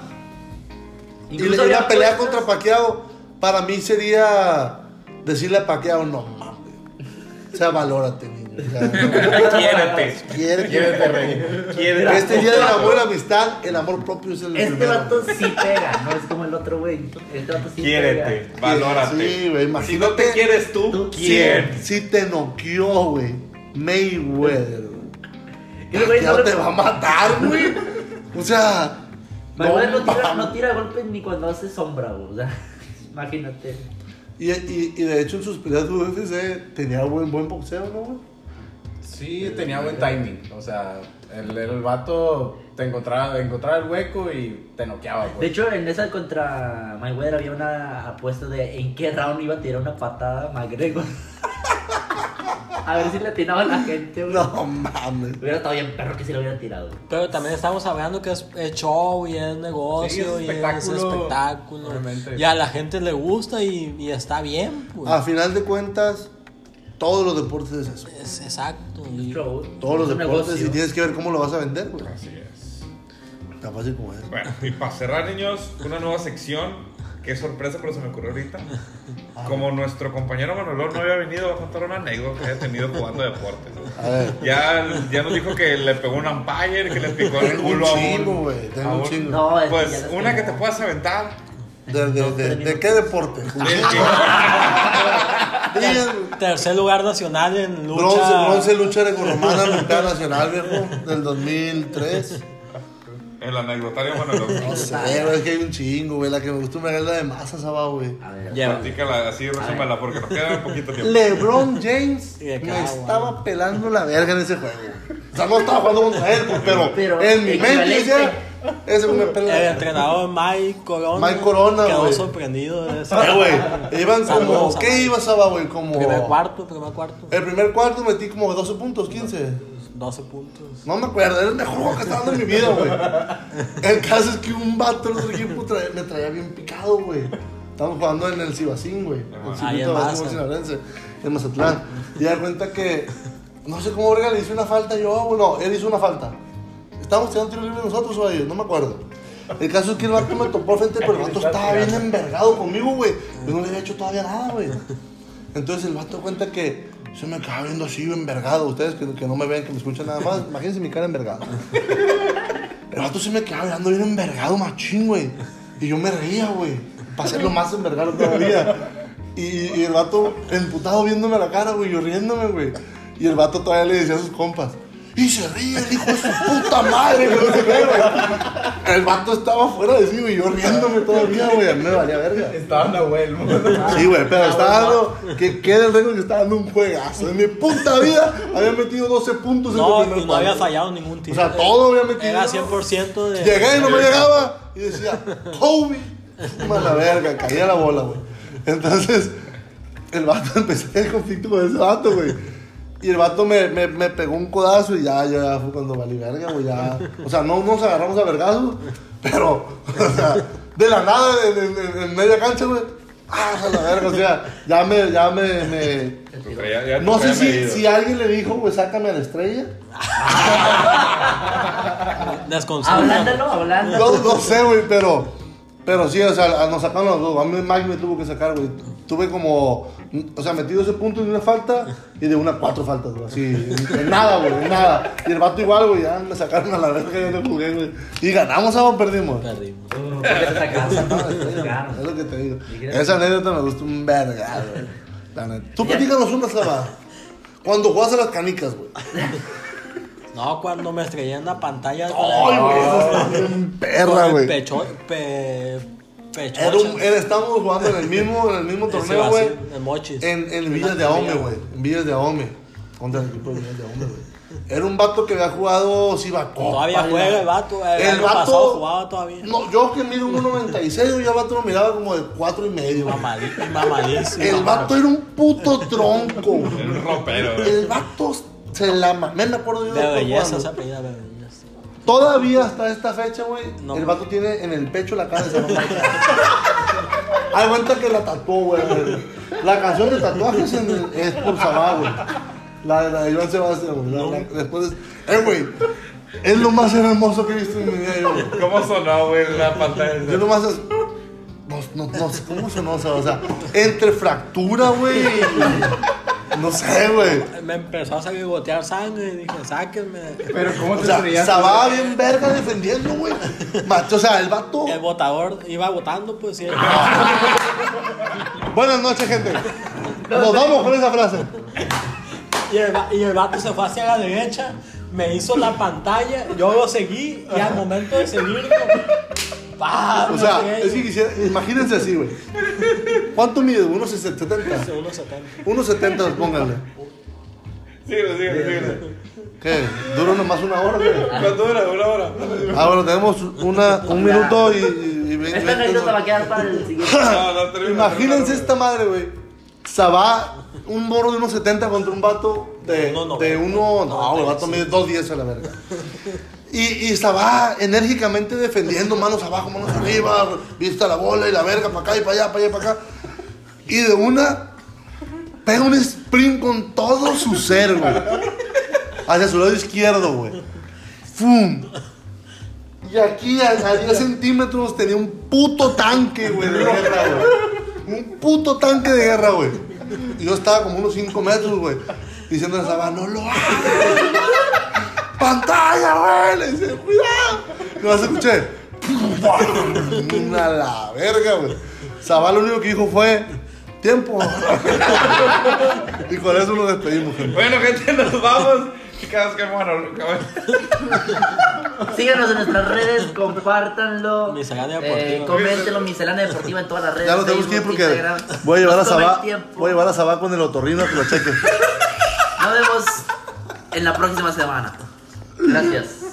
S2: y le-
S4: Incluso
S2: y una
S4: había
S2: pelea
S4: apuestas.
S2: contra Paqueado, para mí sería decirle a Paqueado, no mames. O sea, valórate, niño. O sea, no,
S1: Quiérete.
S2: quiere-
S5: Quiérete, rey.
S1: Quiérete.
S2: Este día del amor y la amistad, el amor propio es el
S4: Este
S2: primero.
S4: vato sí pega, no es como el otro güey. Este vato sí
S1: Quiérete.
S4: pega.
S1: Valórate.
S2: Sí, güey, imagínate.
S1: Si no te quieres tú,
S4: Tú
S1: ¿quién?
S2: Si te noqueó, güey. Mayweather, güey.
S4: Y el güey no
S2: Pacquiao
S4: le-
S2: te va a matar, güey. O sea.
S4: Manuel no, tira,
S2: mames.
S4: no tira golpes ni cuando hace sombra, güey. O sea, imagínate.
S2: Y, y, y de hecho en sus peleas de UFC tenía buen, buen boxeo, ¿no, güey?
S5: Sí, tenía buen timing. O sea, el, el vato te encontraba, encontraba el hueco y te noqueaba,
S4: De
S5: güey.
S4: hecho, en esa contra Mayweather había una apuesta de en qué round iba a tirar una patada a McGregor. a ver si le atinaba a la gente, güey.
S2: No mames.
S4: Hubiera estado bien perro que si lo hubiera tirado. güey.
S3: Pero también estamos hablando que es es show y es negocio
S5: Sí, es
S3: y es
S5: espectáculo,
S3: espectáculo.
S5: obviamente.
S3: Y a la gente le gusta y, y está bien, pues.
S2: A final de cuentas, todos los deportes es eso.
S3: Es- exacto. y-
S4: Show,
S2: Todos los
S4: es un
S2: deportes
S4: negocio.
S2: y tienes que ver cómo lo vas a vender, güey.
S1: Así es.
S2: Tan fácil como es.
S1: Bueno, y para cerrar, niños, una nueva sección Qué sorpresa, pero se me ocurrió ahorita.
S2: Ah.
S1: Como nuestro compañero Manolo no había venido, va a contar una anécdota que haya tenido jugando deportes.
S2: A ver.
S1: Ya, ya nos dijo que le pegó un umpire, que le picó el
S2: Tengo un
S1: culo a
S2: chingo,
S1: un.
S2: güey. Tengo
S1: a
S2: un
S1: un-
S2: chingo.
S4: No, es que ya
S1: Pues
S4: las
S1: una que te
S4: tengo.
S1: puedas aventar.
S2: ¿De, de, de, de qué deporte?
S1: Bien, bien.
S2: Bien.
S3: Tercer lugar nacional en lucha.
S2: Bronce, bronce lucha grecorromana Olimpiada Nacional, viejo, del 2003.
S1: El anecdotario Manolo.
S2: No sé, güey, es que hay un chingo, güey. La que me gustó me es la de masa, sábado, güey.
S4: A ver.
S3: Ya,
S1: Platícala así, resúmela, porque nos queda un poquito tiempo.
S2: LeBron James
S3: Y de
S2: me
S3: acá,
S2: estaba pelando la verga en ese juego. O sea, no estaba jugando contra él, pues, pero,
S4: Pero
S2: en mi mente
S4: equivalente.
S2: decía, ese güey me
S3: El
S2: pela. la verga.
S3: entrenador Mike Corona.
S2: Mike Corona,
S3: Quedó
S2: güey.
S3: sorprendido de eso.
S2: Eh, güey, Oh. iban
S3: Saludos
S2: como,
S3: a
S2: ¿qué
S3: Mike.
S2: iba Saba, güey? Como...
S3: Primer cuarto, primer cuarto.
S2: El primer cuarto metí como 12 puntos, 15.
S3: 12 puntos.
S2: No me acuerdo, era el mejor juego que estaba dando en mi vida, güey. El caso es que un vato del otro equipo trae- me traía bien picado, güey. Estábamos jugando en el Cibacín, güey. El
S3: Ah, y en
S2: circuito de básquetbol
S3: Mazatlán.
S2: sinaloense, en Mazatlán. Y da cuenta que, no sé cómo verga le hice una falta yo, güey. No, él hizo una falta. Estábamos tirando tiro libre nosotros o a ellos, no me acuerdo. El caso es que el vato me topó al frente, pero el vato estaba bien envergado conmigo, güey. Yo no le había hecho todavía nada, güey. Entonces el vato cuenta que se me acaba viendo así, envergado. Ustedes que, que no me ven, que me escuchan nada más, imagínense mi cara envergada. El vato se me quedaba mirando bien envergado, machín, güey. Y yo me reía, güey. Para hacerlo más envergado todavía. Y, y el vato emputado viéndome a la cara, güey, yo riéndome, güey. Y el vato todavía le decía a sus compas. Y se ríe el hijo de su puta madre, güey. no sé qué, güey. El vato estaba fuera de sí, güey. Yo riéndome todavía, güey. A mí me valía verga.
S5: Estaba Nahuel, güey.
S2: Sí, güey, pero está dando. Que queda el récord que está dando un juegazo. En mi puta vida había metido 12 puntos en el
S3: No,
S2: primer
S3: y no había
S2: cuarto.
S3: fallado ningún
S2: O
S3: tiro. Eh,
S2: sea, todo había metido.
S3: Era 100% de.
S2: Llegué y no me llegaba. Y decía, Kobe. Mala verga, caía la bola, güey. Entonces, el vato empecé el conflicto con ese vato, güey. Y el vato me, me, me pegó un codazo y ya, ya fue cuando valí verga, güey. Ya. O sea, no nos agarramos a vergazos, pero, o sea, de la nada, en, en- en- en media cancha, güey. Ah, a la verga, o sea, ya me, ya me, me-
S1: Te traía- ya te
S2: No sé
S1: traía
S2: si,
S1: medido.
S2: si alguien le dijo, güey, sácame a la estrella.
S3: Desconcerto.
S4: Hablándolo, hablando.
S2: No, no sé, güey, pero. Pero sí, o sea, a- nos sacaron los dos. A mí Mike me tuvo que sacar, güey. Tuve como. O sea, metido ese punto de una falta y de una cuatro faltas, güey. Así, en- en nada, güey, en nada. Y el vato igual, güey, ya me sacaron a la verga, ya no jugué, güey. Y ganamos, ¿a perdimos?
S3: Perdimos.
S4: Uh, ¿por qué te sacaste?
S3: pues,
S2: Es
S4: Claro.
S2: lo que te digo.
S4: ¿Y crees?
S2: Esa anécdota me gusta un verga, güey. La neta. Tú platícanos una clavada. Cuando juegas a las canicas, güey.
S3: No, cuando me estrellé en la pantalla.
S2: Ay, güey, esa está bien perra, güey.
S3: Pecho. Pe, pechocha.
S2: Era un- era- estábamos jugando en el mismo, en el mismo
S3: Ese
S2: torneo,
S3: va
S2: güey.
S3: así, en Mochis.
S2: En, en Villas de
S3: Una
S2: Ahome,
S3: familia.
S2: güey. En Villas de Ahome. Contra el equipo de Villas de Ahome, güey. Era un vato que había jugado Cibacopa.
S3: Todavía
S2: y
S3: juega
S2: la-
S3: el vato, eh, el año pasado jugaba todavía.
S2: No, yo que mido 1.96, güey, ya el vato lo miraba como de 4 y medio. güey.
S3: Mamadi- Mamadísimo.
S2: El vato era un puto tronco. güey.
S1: Era un ropero, güey.
S2: El vato se la ma- Me acuerdo yo
S3: De
S2: del vato
S3: belleza,
S2: jugando.
S3: esa apellida de belleza.
S2: Todavía hasta esta fecha, güey,
S3: No.
S2: el vato tiene en el pecho la cara de San Hay cuenta que la tatuó, güey. La canción de tatuajes en el- es por Sabá, güey. La de la de Iván Sebastián, güey. La- la- Después, eh, güey, es lo más hermoso que he visto en mi vida, yo, güey.
S1: ¿Cómo sonó, güey, la pantalla?
S2: Yo nomás es- No, no, no sé cómo sonó, o sea, o sea, entre fractura, güey. y- No sé, güey.
S3: Me empezó a salir gotear sangre y dije, sáquenme.
S5: Pero ¿cómo
S2: O
S5: te
S2: sea,
S5: reías?
S2: Sabá bien verga defendiendo, güey. Macho, O sea, el vato.
S3: El votador iba votando, pues sí.
S2: Ah. Buenas noches, gente. Nos vamos con esa frase.
S3: Y el, va- y el vato se fue hacia la derecha, me hizo la pantalla, yo lo seguí y al momento de seguirlo,
S4: Ah,
S3: ¡pam!
S2: O sea, es que quisiera, imagínense así, güey. ¿Cuánto mide? ¿Unos 70?
S3: 1.70.
S2: Unos 70, pónganle.
S1: Síguelo, síguelo, síguelo.
S2: ¿Qué? ¿Duró nomás una hora, güey?
S1: ¿Cuánto dura? Una hora.
S2: Ah, bueno, tenemos una, un minuto y, y, y veinte-
S4: Esta anécdota va a quedar para el siguiente.
S1: No, no, termina,
S2: Imagínense
S1: termina.
S2: esta madre, güey. Sabá, un morro de unos 70 contra un vato de,
S3: Uno noventa.
S2: de uno. No, el vato mide 2.10 a la verga. Y, y Sabá enérgicamente defendiendo, manos abajo, manos arriba, vista la bola y la verga, para acá y para allá, para allá y para acá. Y de una, pega un sprint con todo su ser, güey. Hacia su lado izquierdo, güey. ¡Fum! Y aquí a, a 10 centímetros tenía un puto tanque, güey, de guerra, güey. Un puto tanque de guerra, güey. Y yo estaba como unos 5 metros, güey. Diciéndole a Saba, no lo hagas. ¡Pantalla, güey! Le dice, cuidado. Y vas a escuchar. Una la verga, güey. Sabá lo único que dijo fue. Tiempo. y con eso nos despedimos, gente.
S1: Bueno, gente, nos vamos. Chicas, qué bueno. cabrón.
S4: Síganos en nuestras redes, compártanlo.
S3: Miscelánea deportiva.
S4: Eh, coméntenlo, miscelánea deportiva en todas las redes.
S2: Ya lo tenemos que ir
S4: Facebook,
S2: porque
S4: Instagram.
S2: voy a llevar a
S4: Nos toma el
S2: Sabá.
S4: tiempo.
S2: Voy a llevar a Sabá con el otorrino a que lo cheque.
S4: Nos vemos en la próxima semana. Gracias.